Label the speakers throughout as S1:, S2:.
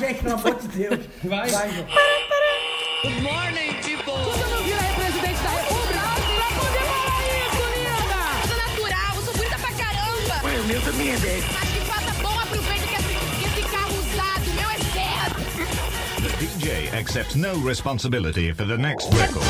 S1: Gente, pelo amor de Deus.
S2: Vai.
S1: Vai, João.
S3: Morning, people!
S4: Você não vira presidente da República pra poder falar isso, linda!
S3: Eu sou natural, eu sou bonita pra caramba!
S5: O meu também é 10.
S3: Acho que falta bom aproveita que esse, que esse carro usado, meu é certo!
S6: The DJ accepts no responsibility for the next record.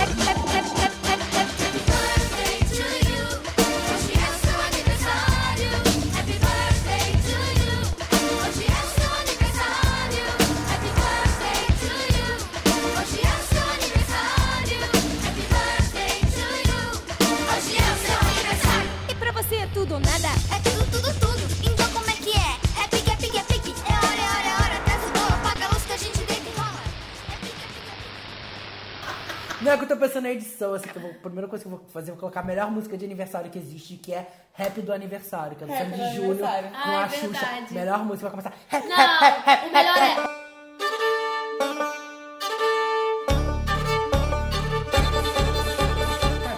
S7: E pra você é tudo ou nada? É tudo, tudo, tudo. Então como é que é? É pique, é pique, é pique. É hora, é hora, é hora. Até sudor, apaga a luz que a gente deita e rola. É pique, é pique, é pique.
S1: Não é que eu tô pensando na edição, assim, que eu vou- a primeira coisa que eu vou fazer, eu vou colocar a melhor música de aniversário que existe, que é Rap do Aniversário, que é do
S8: Rap
S1: filme
S8: do
S1: de Julho, com
S8: Aniversário.
S1: a
S9: Ah, é
S1: Xuxa.
S9: verdade.
S1: Melhor música, vai começar. Rap, rap, rap,
S9: Não, o melhor
S1: rap,
S9: é.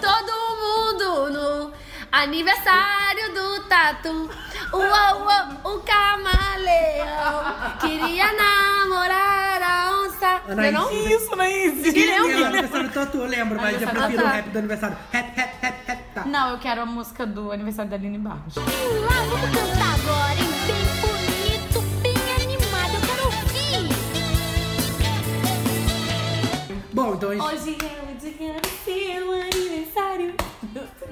S9: Todo mundo no aniversário do Tatu. Uou, uou, o camaleão queria namorar a onça. Não é
S1: Anaís.
S2: Que
S1: Que
S2: é
S1: é
S2: Sim. isso, Naís?
S1: Sim, eu tô pensando tanto, eu lembro, mas eu
S8: Aniversário.
S1: prefiro o
S8: Ah, tá.
S1: rap do aniversário. Rap, rap, rap, rap, tá.
S8: Não, eu quero a música do aniversário da Aline Barros.
S7: Vamos lá, vamos cantar agora, hein? Bem bonito, bem animado. Eu quero ouvir.
S1: Bom, então, a gente-
S9: Hoje é o dia do seu aniversário.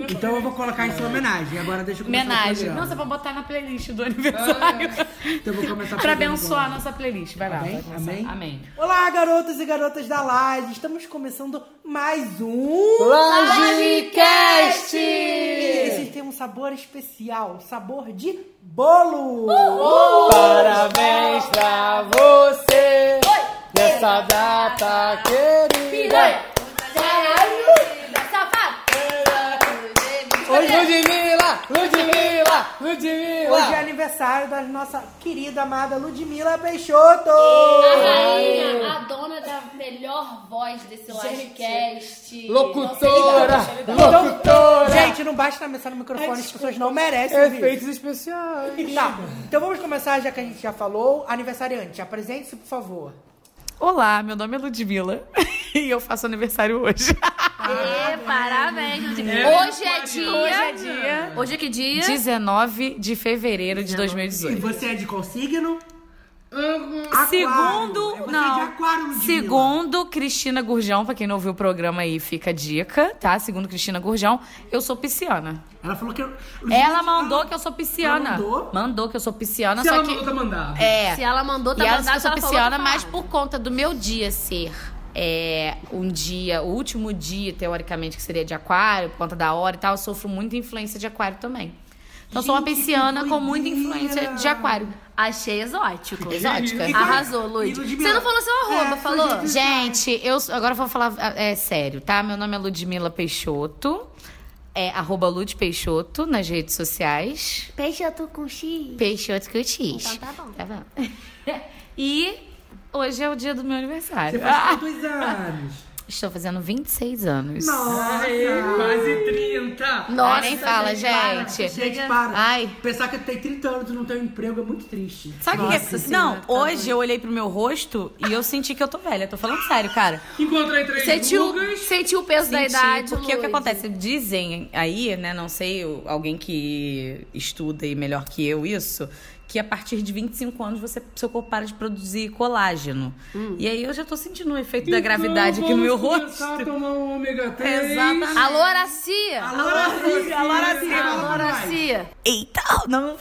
S1: então eu vou colocar em sua homenagem. Agora deixa eu começar
S8: Homenagem.
S1: o programa.
S8: Nossa, eu vou botar na playlist do aniversário.
S1: Então eu vou começar
S8: pra
S1: fazendo
S8: abençoar a
S1: agora.
S8: nossa playlist. Vai lá.
S1: Amém?
S8: vai começar.
S1: Amém?
S8: Amém.
S1: Olá, garotos e garotas da Laje. Estamos começando mais um...
S8: Logicast!
S1: Esse tem um sabor especial, sabor de bolo.
S2: Parabéns pra você nessa data querida. Hoje Ludmilla, Ludmilla, Ludmilla.
S1: Hoje é aniversário da nossa querida amada Ludmila Peixoto.
S9: Rainha, a dona da melhor voz desse livecast.
S2: Locutora,
S1: Então,
S2: locutora.
S1: gente, não basta mensar no microfone, as pessoas não merecem ouvir.
S2: Efeitos especiais.
S1: Tá, então vamos começar, já que a gente já falou. Aniversariante, apresente-se, por favor.
S8: Olá, meu nome é Ludmilla e eu faço aniversário hoje.
S9: E parabéns. Hoje é dia.
S8: Hoje é dia
S9: Hoje é que dia?
S8: 19 de fevereiro de 2018.
S1: você é de qual signo?
S8: Uhum. Segundo,
S1: É você
S8: não.
S1: de aquário, Ludmilla.
S8: Segundo Cristina Gurjão, pra quem não ouviu o programa aí, fica a dica, tá? Segundo Cristina Gurjão, eu sou pisciana.
S1: Ela falou que eu...
S8: Ela mandou que eu sou pisciana.
S1: Ela mandou?
S8: Mandou que eu sou pisciana,
S2: Se
S8: só
S2: ela
S8: que
S1: tá
S2: mandou mandar.
S8: é.
S9: Se ela mandou, tá
S8: e ela disse que
S9: mandado,
S8: eu sou
S9: ela falou,
S8: pisciana,
S9: tá
S8: mas
S9: falado.
S8: por conta do meu dia ser é, um dia, o último dia, teoricamente, que seria de aquário, por conta da hora e tal, eu sofro muita influência de aquário também. Então, eu sou uma
S1: Gente, que
S8: pisciana com muita
S1: doideira.
S8: influência de aquário.
S9: Achei exótico.
S8: Exótica.
S1: E qual-
S9: Arrasou, Lud.
S1: E Ludmilla?
S9: Você não falou seu arroba,
S1: É,
S9: falou?
S1: foi gente-
S8: Gente, eu agora eu vou falar é, sério, tá? Meu nome é Ludmila Peixoto. É arroba Lud Peixoto nas redes sociais.
S7: Peixe, eu tô com X.
S8: Peixoto Cutis.
S7: Então tá bom.
S8: Tá bom. E hoje é o dia do meu
S1: Você
S8: aniversário.
S1: faz quantos anos?
S8: Estou fazendo 26 anos.
S1: Nossa!
S2: Quase 30.
S8: Nossa, nem fala, gente.
S1: Gente, para. Ah.
S8: Ai.
S1: Pensar que tem 30 anos e não tem um emprego é muito triste.
S10: Sabe o que que é? Não,
S8: tá
S10: hoje eu olhei pro meu rosto e eu senti que eu tô velha. Tô falando sério, cara.
S2: Encontrei três
S10: Sentiu.
S2: rugas.
S9: Sentiu o peso da
S10: Senti,
S9: idade.
S10: porque o que
S9: Lud.
S10: acontece? Dizem aí, né? Não sei, o- alguém que estuda e melhor que eu isso, que a partir de 25 anos você, seu corpo para de produzir colágeno.
S8: Hum.
S10: E aí eu já tô sentindo o efeito
S1: Então,
S10: da gravidade aqui no meu
S2: vamos
S10: rosto.
S2: começar a tomar um ômega 3.
S10: Exatamente.
S9: Alô, Aracia!
S1: Alô, Aracia, alô, Aracia,
S9: Alô,
S1: fala pra nós.
S9: Aracia!
S10: Eita! Não, não,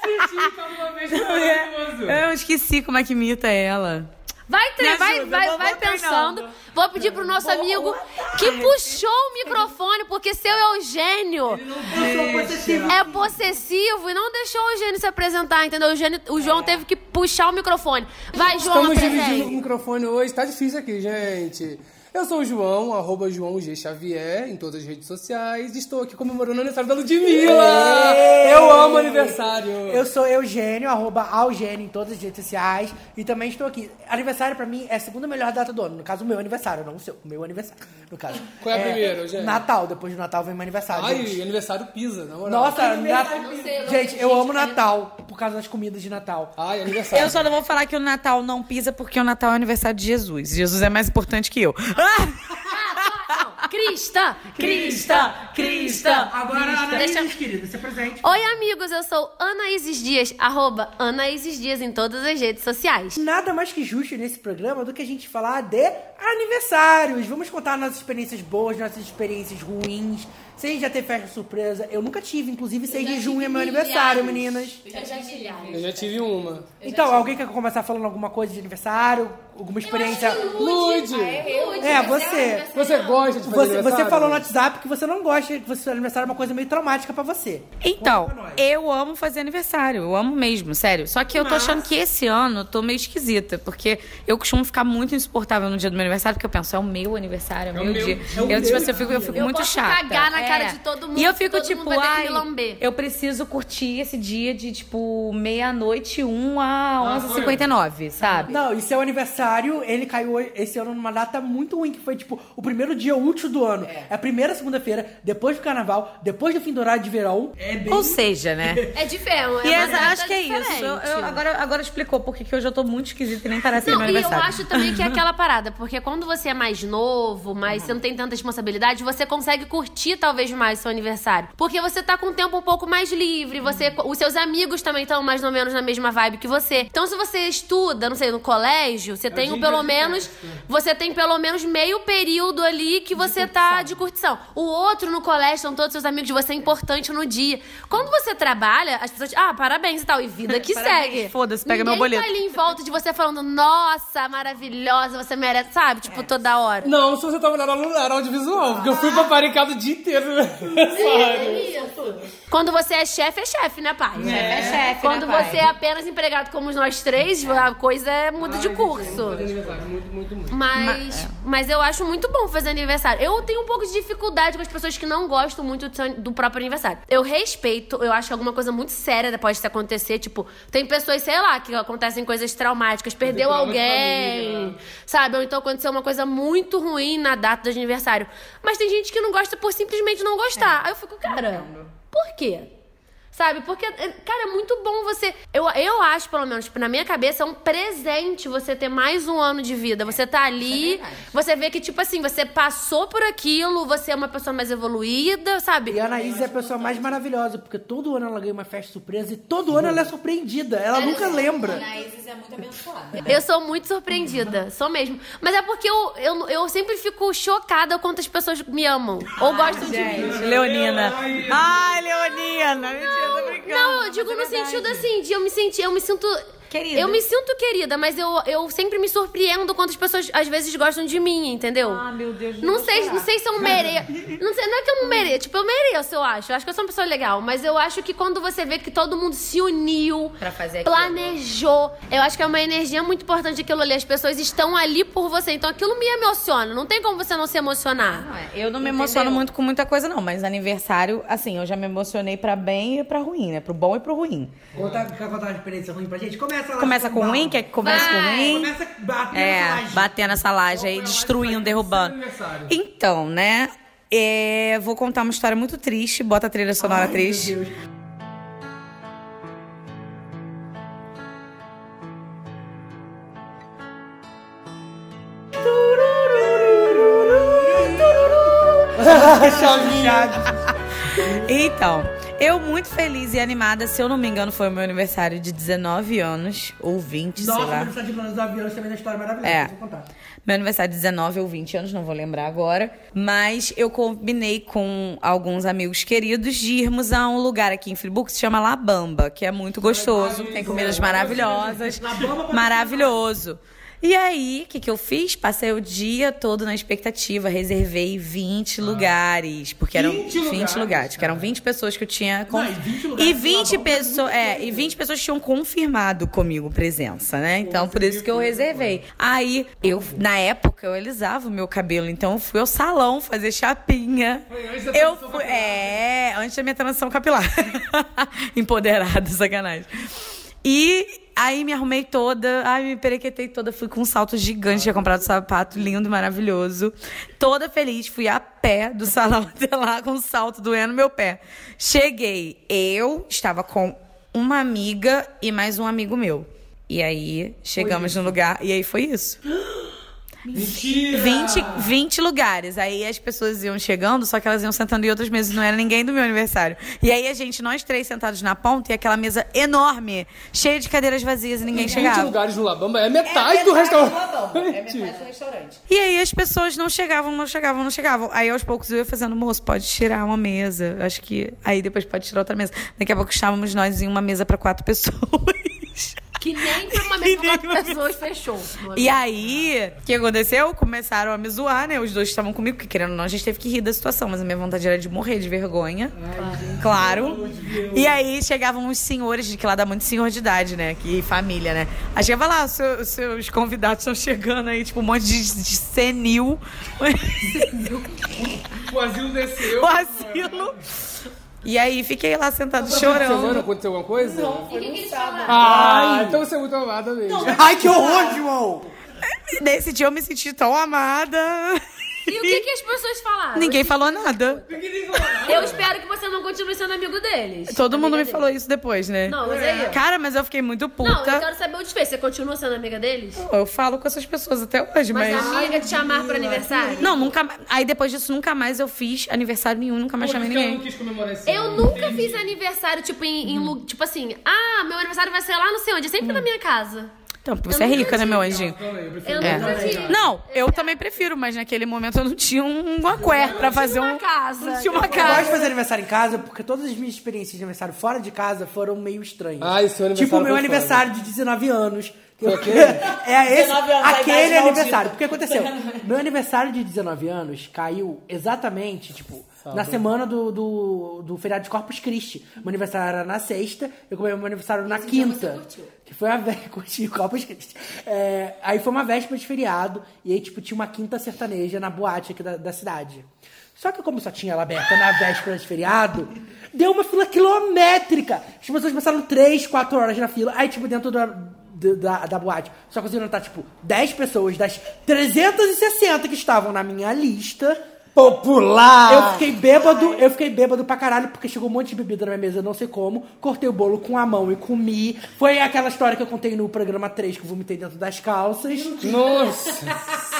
S2: Sentiu, tá uma vez
S10: É.
S2: maravilhoso.
S10: eu esqueci como é que imita ela.
S9: Vai, tre-
S10: Me
S9: vai,
S10: ajuda,
S9: vai,
S10: eu vou-
S9: vai
S10: vou
S9: pensando.
S10: treinando.
S9: Vou pedir pro nosso amigo que puxou o microfone, porque seu é Eugênio
S1: Eu sou possessiva.
S9: é possessivo e não deixou o Eugênio se apresentar, entendeu? O, Eugênio, o João teve que puxar o microfone. Vai, João,
S11: Estamos dividindo o
S9: apresente.
S11: microfone hoje, tá difícil aqui, gente. Eu sou o João, arroba João G. Xavier, em todas as redes sociais. Estou aqui comemorando o aniversário da Ludmilla! Eu amo aniversário!
S1: Eu sou Eugênio, arroba Algênio em todas as redes sociais. E também estou aqui. Aniversário pra mim é a segunda melhor data do ano. No caso, o meu aniversário, não o seu. O meu aniversário, no caso.
S11: Qual é a primeira, Eugênio?
S1: Natal. Depois do Natal vem meu aniversário,
S11: Ai,
S1: gente.
S11: aniversário pisa, na moral.
S1: Nossa, na...
S9: sei, eu não-
S1: gente, eu
S9: gente,
S1: amo Natal por causa das comidas de Natal.
S11: Ai, aniversário.
S8: Eu só não vou falar que o Natal não pisa porque o Natal é o aniversário de Jesus. Jesus é mais importante que eu. Ah,
S9: Crista! Crista! Crista!
S2: Agora, Anaís,
S9: Deixa-
S2: querida, se apresente.
S9: Oi, amigos, eu sou Anaíses Dias, arroba Anaíses Dias em todas as redes sociais.
S1: Nada mais que justo nesse programa do que a gente falar de aniversários. Vamos contar nossas experiências boas, nossas experiências ruins. Sem já ter festa surpresa. Eu nunca tive, inclusive 6 de junho é meu aniversário, meninas.
S11: Eu já tive uma.
S1: Então, alguém quer começar falando alguma coisa de aniversário? Alguma experiência?
S11: Lude!
S1: É, você.
S11: Você gosta de fazer
S1: Você,
S11: aniversário?
S1: você falou no WhatsApp que você não gosta, que você, aniversário é uma coisa meio traumática pra você.
S8: Então, eu amo fazer aniversário, eu amo mesmo, sério. Só que eu tô achando que esse ano eu tô meio esquisita, porque eu costumo ficar muito insuportável no dia do meu aniversário, porque eu penso, é o meu aniversário, é o meu, dia. eu, tipo assim, eu fico, eu fico
S9: Eu
S8: muito
S9: posso
S8: chata. É.
S9: cagar na cara de todo mundo,
S8: E eu fico
S9: todo
S8: tipo,
S9: mundo vai ter que
S8: ai,
S9: me lamber."
S8: eu preciso curtir esse dia de, tipo, meia-noite, 1 a 11h59, sabe?
S1: Não, e seu aniversário, ele caiu esse ano numa data muito ruim, que foi tipo o primeiro dia útil do ano. É, a primeira segunda-feira, depois do carnaval, depois do fim do horário de verão.
S8: Ou seja, né?
S9: É diferente.
S8: E
S9: é uma
S8: essa-
S9: data
S8: acho que é isso.
S9: diferente.
S8: Eu- eu- agora, agora explicou porque que hoje eu tô muito esquisita e nem parece
S9: Não,
S8: meu
S9: e eu
S8: aniversário.
S9: acho também que é aquela parada, porque quando você é mais novo,
S8: Uhum.
S9: mas você não tem tanta responsabilidade, você consegue curtir talvez mais seu aniversário. Porque você tá com o tempo um pouco mais livre,
S8: Uhum.
S9: você, os seus amigos também estão mais ou menos na mesma vibe que você. Então se você estuda, não sei, no colégio,
S8: É
S9: você tem o pelo menos, você tem pelo menos meio período ali que você tá de curtição. O outro no colégio são todos seus amigos, você é importante no dia. Quando você trabalha, as pessoas, ah, parabéns e tal, e vida que
S8: Parabéns,
S9: segue.
S8: foda-se, pega meu
S9: Ninguém
S8: boleto.
S9: tá ali em volta de você falando, nossa, maravilhosa, você merece, sabe? Tipo, toda hora.
S11: Não, se você tava na aula, era audiovisual, porque eu fui paparicado o dia inteiro no aniversário.
S9: Quando você é chefe, é chefe, né, pai? Chefe é chefe. Quando
S8: né, pai?
S9: você é apenas empregado como nós três, a coisa muda de curso. Mas, mas eu acho muito bom fazer aniversário. Eu tenho um pouco de dificuldade com as pessoas que não gostam muito do, seu- do próprio aniversário. Eu respeito, eu acho que alguma coisa muito séria pode se acontecer. Tipo, tem pessoas, sei lá, que acontecem coisas traumáticas, perdeu
S11: trauma de
S9: alguém, sabe? Ou então aconteceu uma coisa muito ruim na data do aniversário. Mas tem gente que não gosta por simplesmente não gostar. Aí eu fico, cara, por quê? Sabe? Porque, é, cara, é muito bom você. Eu, eu acho, pelo menos, na minha cabeça, é um presente você ter mais um ano de vida. Você tá ali,
S1: é
S9: você vê que, tipo assim, você passou por aquilo, você é uma pessoa mais evoluída, sabe?
S1: E a Anaís é a pessoa mais maravilhosa, porque todo ano ela ganha uma festa surpresa e todo ano ela é surpreendida. Ela
S8: é,
S1: nunca lembra.
S9: Eu sou muito surpreendida, sou mesmo. Mas é porque eu, eu, eu sempre fico chocada quanto as pessoas me amam ou gostam de mim.
S8: Leonina. Ai, Leonina. Mentira, tô brincando. é
S9: Não, eu digo no sentido assim, de eu me sentir, eu me sinto.
S8: Querida.
S9: Eu me sinto querida, mas eu, eu sempre me surpreendo quando as pessoas às vezes gostam de mim, entendeu? Ah,
S8: meu Deus,
S9: Não sei, não sei se eu mereço. Não, sei, não é que eu não mereço. Tipo, eu mereço, eu acho. Eu acho que eu sou uma pessoa legal. Mas eu acho que quando você vê que todo mundo se uniu,
S8: Pra fazer aquilo. né?
S9: planejou. Eu acho que é uma energia muito importante aquilo ali. As pessoas estão ali por você. Então aquilo me emociona. Não tem como você não se emocionar.
S8: Eu não é. me emociono muito com muita coisa, não. Mas aniversário, assim, eu já me emocionei pra bem e pra ruim, né? Pro bom e pro ruim.
S1: Conta, quer contar uma experiência ruim pra gente? Começa lá.
S8: Começa com ruim, quer que comece com
S9: Vai.
S8: ruim?
S1: Começa batendo
S8: É, batendo essa laje aí, destruindo, derrubando. Então, né? é, vou contar uma história muito triste. Bota a trilha sonora triste. Então, eu muito feliz e animada. Se eu não me engano, foi o meu aniversário de 19 anos. Ou 20,
S1: Nossa,
S8: sei lá.
S1: aniversário de planos do avião também é uma história maravilhosa.
S8: É.
S1: Deixa eu contar.
S8: Meu aniversário de 19 ou 20 anos, não vou lembrar agora. Mas eu combinei com alguns amigos queridos de irmos a um lugar aqui em Friburgo que se chama La Bamba, que é muito gostoso, tem comidas maravilhosas. Maravilhoso. E aí, o que, que eu fiz? Passei o dia todo na expectativa, reservei 20 lugares, porque eram
S2: 20
S8: 20,
S2: Ah. lugares,
S8: lugares, porque eram 20 pessoas que eu tinha
S2: Não,
S8: con-
S2: e 20 lugares
S8: e
S2: numa
S8: 20
S2: volta é muito
S8: pessoas, é, e 20 pessoas tinham confirmado comigo presença, né? Então, por isso que eu reservei. Aí, eu na época eu alisava o meu cabelo, então eu fui ao salão fazer chapinha.
S2: Foi antes da
S8: Eu
S2: transição
S8: fui,
S2: capilar. né?
S8: é, antes da minha transição capilar. Empoderada, sacanagem. E aí me arrumei toda, ai, me perequetei toda, fui com um salto gigante, tinha comprado um sapato lindo, maravilhoso. Toda feliz, fui a pé do salão até lá com um salto doendo meu pé. Cheguei, eu estava com uma amiga e mais um amigo meu. E aí chegamos no lugar, e aí foi isso.
S2: Mentira!
S8: 20, 20 lugares. Aí as pessoas iam chegando, só que elas iam sentando em outras mesas. Não era ninguém do meu aniversário. E aí a gente, nós três sentados na ponta, e aquela mesa enorme, cheia de cadeiras vazias e ninguém
S11: 20
S8: chegava.
S11: lugares no Labamba é metade do restaurante.
S8: do restaurante. E aí as pessoas não chegavam, não chegavam, não chegavam. Aí aos poucos eu ia fazendo, moço, pode tirar uma mesa. Acho que. Aí depois pode tirar outra mesa. Daqui a pouco estávamos nós em uma mesa para quatro pessoas.
S9: Que nem pra
S8: Que
S9: uma mesma
S8: nem
S9: quatro
S8: uma
S9: pessoas fechou. meu
S8: E
S9: amigo.
S8: aí, o que aconteceu? Começaram a me zoar, né? Os dois estavam comigo, porque querendo ou não, a gente teve que rir da situação, mas a minha vontade era de morrer de vergonha. claro. E aí chegavam os senhores, de que lá dá muito senhor de idade, né? Que família, né? Aí chegava lá, os seus, os seus convidados estão chegando aí, tipo, um monte de, de senil.
S2: O asilo desceu.
S8: o asilo. E aí fiquei lá sentado
S11: Essa semana
S8: chorando.
S11: aconteceu alguma coisa?
S9: E o que que eles falaram?
S11: Ah, então você é muito amada mesmo.
S1: Ai, que horror, João!
S8: Nesse dia eu me senti tão amada.
S9: E o que, que as pessoas falaram?
S8: Ninguém falou nada.
S9: Eu espero que você não continue sendo amigo deles.
S8: Todo mundo me
S9: Amiga
S8: falou isso depois, né?
S9: Não, mas aí, ó.
S8: Cara, mas eu fiquei muito
S9: deles. Não, eu
S8: puta.
S9: quero saber o desfecho. Você continua sendo amiga deles?
S8: Eu, falo com essas pessoas até hoje, mas.
S9: Mas a amiga te chamar pro aniversário?
S8: Não, nunca mais. Aí depois disso, nunca mais eu fiz aniversário nenhum, nunca mais chamei
S2: Eu não
S8: ninguém.
S2: quis comemorar esse
S9: Eu
S2: ano,
S9: nunca
S2: entendi.
S9: fiz aniversário, tipo, em, em lu- tipo assim, ah, meu aniversário vai ser lá não sei onde, é sempre na minha casa.
S8: Então, porque
S9: Eu
S8: você é
S9: nunca
S8: rica, né,
S9: tive.
S8: meu anjinho?
S2: Também, eu prefiro
S9: Eu
S8: É.
S9: nunca fiz.
S8: Não, eu também prefiro, mas naquele momento eu não tinha um guacué pra fazer
S9: uma
S8: um.
S9: casa.
S8: Não tinha uma
S1: Eu gosto de
S8: casa.
S1: fazer aniversário em casa porque todas as minhas experiências de aniversário fora de casa foram meio estranhas.
S11: Ah, esse seu aniversário
S1: Tipo o meu
S11: foi
S1: aniversário de 19 anos.
S11: Foi aquele?
S1: é esse,
S7: 19 anos, a idade
S1: aquele
S7: maldita.
S1: aniversário. Porque aconteceu, meu aniversário de 19 anos caiu exatamente, tipo, na semana do, do, do feriado de Corpus Christi. Meu aniversário era na sexta, eu comemorei meu aniversário na quinta. Que foi a véspera, curti o Corpus Christi. É, aí foi uma véspera de feriado, e aí, tipo, tinha uma quinta sertaneja na boate aqui da- da cidade. Só que como só tinha ela aberta na véspera de feriado, deu uma fila quilométrica. As pessoas passaram 3, 4 horas na fila. Aí, tipo, dentro da, da, da- da boate, só conseguiram notar, tipo, 10 pessoas das 360 que estavam na minha lista.
S7: Popular!
S1: Eu fiquei bêbado, eu fiquei bêbado pra caralho, porque chegou um monte de bebida na minha mesa, não sei como. Cortei o bolo com a mão e comi. Foi aquela história que eu contei no programa 3, que eu vomitei dentro das calças.
S11: Nossa!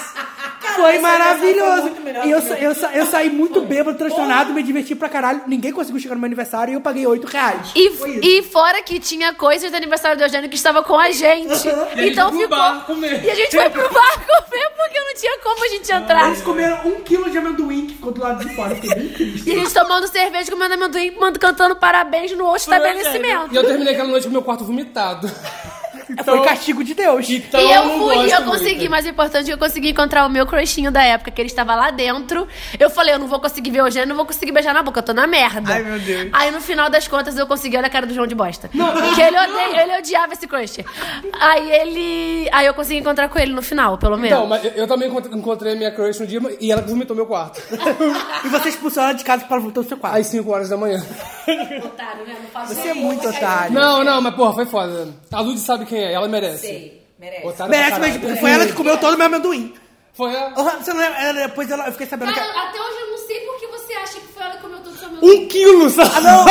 S1: Foi
S7: aniversário foi
S1: maravilhoso.
S7: muito melhor
S1: E eu,
S7: que o
S1: sa- eu, sa- eu saí muito bêbado, transtornado, me diverti pra caralho. Ninguém conseguiu chegar no meu aniversário e eu paguei 8 reais.
S9: E, e fora que tinha coisas do aniversário do Eugênio que estava com a gente. então
S2: Uhum. pro
S9: ficou.
S2: bar comer.
S9: E a gente foi pro bar comer porque não tinha como a gente entrar.
S1: Eles comeram um quilo de amendoim que ficou do lado de fora. Eu Fiquei bem triste.
S9: E a gente tomando cerveja, comendo amendoim, mando- cantando parabéns no outro
S11: E
S9: estabelecimento.
S11: eu terminei aquela noite com meu quarto vomitado.
S1: Foi castigo de Deus.
S11: Então,
S9: e eu
S11: não
S9: fui, e
S11: gosto
S9: eu
S11: muito. né?
S9: consegui, mas o importante é que eu consegui encontrar o meu crushinho da época, que ele estava lá dentro. Eu falei, eu não vou conseguir ver o Eugênio, não vou conseguir beijar na boca, eu tô na merda. Ai, meu Deus. Aí no final das contas eu consegui, olha a cara do João de bosta. Porque ele, odeia- ele odiava esse crush. Aí ele. Aí eu consegui encontrar com ele no final, pelo menos.
S11: Não, mas eu- eu também encont- encontrei minha crush um dia e ela vomitou meu quarto.
S1: E você expulsou ela de casa para voltar ao seu quarto.
S11: Às 5 horas da manhã.
S1: Você é muito otário.
S11: Não, não, mas porra, foi foda. A Lud sabe quem é, ela merece.
S8: Merece.
S11: Otário pra
S1: Merece
S11: caralho.
S1: mesmo, porque foi ela que comeu todo o meu amendoim.
S11: Foi ela.
S1: Ah, Você não lembra? Ela- Depois ela, eu fiquei sabendo que... ela-
S9: até hoje eu não sei por que você acha que foi ela que comeu todo o seu
S11: Um quilo, sabe?
S1: Ah,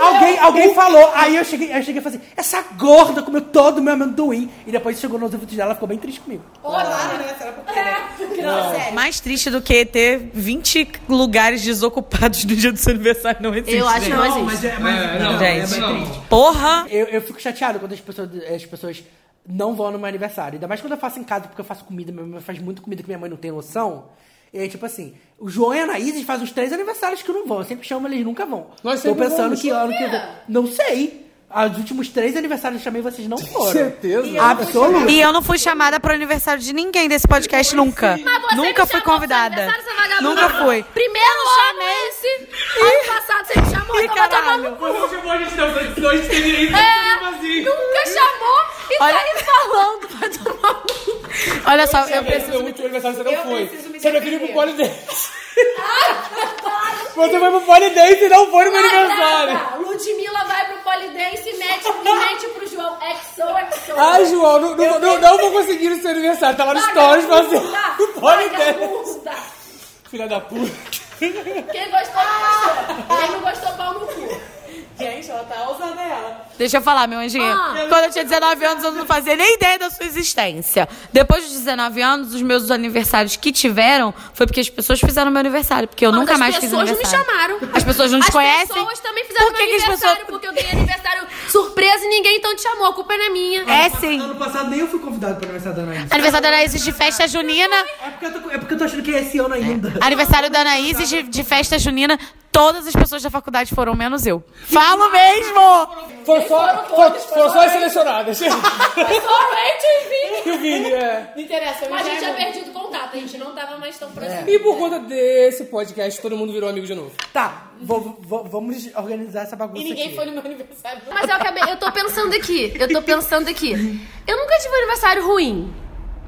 S1: Alguém, alguém falou, aí eu cheguei, eu cheguei e falei assim, essa gorda comeu todo o meu amendoim. E depois chegou nos ouvidos dela, ela ficou bem triste comigo.
S7: Olá, né? Será porque, né? Não, sério.
S8: Mais triste do que ter 20 lugares desocupados no dia do seu aniversário não existe.
S9: Eu acho que
S8: gente.
S9: não
S2: Não,
S9: existe.
S2: mas é mas,
S11: É,
S2: não,
S11: não,
S2: é
S8: gente.
S2: mais triste.
S8: Porra!
S1: Eu, eu fico chateado quando as pessoas, as pessoas não vão no meu aniversário. Ainda mais quando eu faço em casa, porque eu faço comida. Minha mãe faz muita comida que minha mãe não tem noção. E aí, tipo assim, o João e a Anaís fazem uns três aniversários que não vão. Eu sempre chamo, eles nunca vão.
S11: Nós
S1: Tô
S11: sempre
S1: pensando
S11: vamos.
S1: que ano que... Não sei. Os últimos três aniversários que eu chamei, vocês não foram.
S11: certeza.
S1: E eu não fui Absoluto.
S12: E eu não fui chamada pro aniversário de ninguém desse podcast nunca.
S9: Mas você
S12: nunca fui
S9: me chamou pro
S12: convidada.
S9: aniversário, essa vagabunda.
S12: Nunca fui.
S9: Primeiro ano esse. Ano passado você me chamou,
S12: Ih,
S9: então vai tomar
S12: caralho.
S9: no cu.
S2: Você chamou a gente, não, vocês dois teriam ido
S9: É,
S2: assim.
S9: nunca chamou e
S12: Olha-
S9: tá aí falando. Vai tomar no cu.
S12: Olha só,
S11: Você
S12: eu
S11: fez
S12: preciso.
S11: seu último aniversário, você não
S12: Eu
S11: foi.
S12: preciso me
S11: Você preferiu pro
S12: defender.
S11: polidense. Você foi pro polidense e não foi no meu
S9: um
S11: aniversário.
S7: Nada. Ludmilla vai pro Polidense e mete, e mete pro João.
S9: É
S7: Exo, exo.
S11: Ai, João, não, não, não, não vou conseguir o seu aniversário. Tá lá no Stories, mas
S7: Vagabunda,
S11: no polidense.
S7: vagabunda.
S11: Filha da puta.
S7: Quem gostou, gostou. Quem não gostou, pau no cu. Gente, ela tá ousando ela.
S12: Deixa eu falar, meu anjinho.
S7: Ah.
S12: Quando eu tinha 19 anos, eu não fazia nem ideia da sua existência. Depois dos 19 anos, os meus aniversários que tiveram foi porque as pessoas fizeram meu aniversário. Porque eu
S9: Mas
S12: nunca
S9: as
S12: mais fiz
S9: pessoas não me
S12: aniversário.
S9: chamaram.
S12: As pessoas não te
S9: As
S12: conhecem?
S9: pessoas também fizeram
S12: Por que
S9: meu
S12: que as pessoas-
S9: aniversário, porque eu ganhei aniversário surpresa e ninguém então te chamou. A culpa não é minha.
S12: É sim.
S1: Ano passado nem eu fui convidado pro aniversário da Anaís.
S12: Aniversário da Anaíses de festa junina.
S1: É porque eu tô achando que é esse ano ainda.
S12: Aniversário da Anaíses de, de festa junina. Todas as pessoas da faculdade foram, menos eu. Falo mesmo!
S11: Foi só, foi, foram só as selecionadas.
S7: Somente
S11: E o Vini, é.
S7: Não interessa,
S9: eu
S7: Mas a
S9: já
S7: gente
S9: era.
S7: tinha perdido contato, a gente não tava mais
S9: então
S7: tão próximo.
S11: E por conta desse podcast, todo mundo virou amigo de novo.
S1: Tá, vou- vou- vamos organizar essa bagunça.
S7: E ninguém
S1: aqui.
S7: foi no meu aniversário.
S9: Mas eu acabei, eu tô pensando aqui, eu tô pensando aqui. Eu nunca tive um aniversário ruim.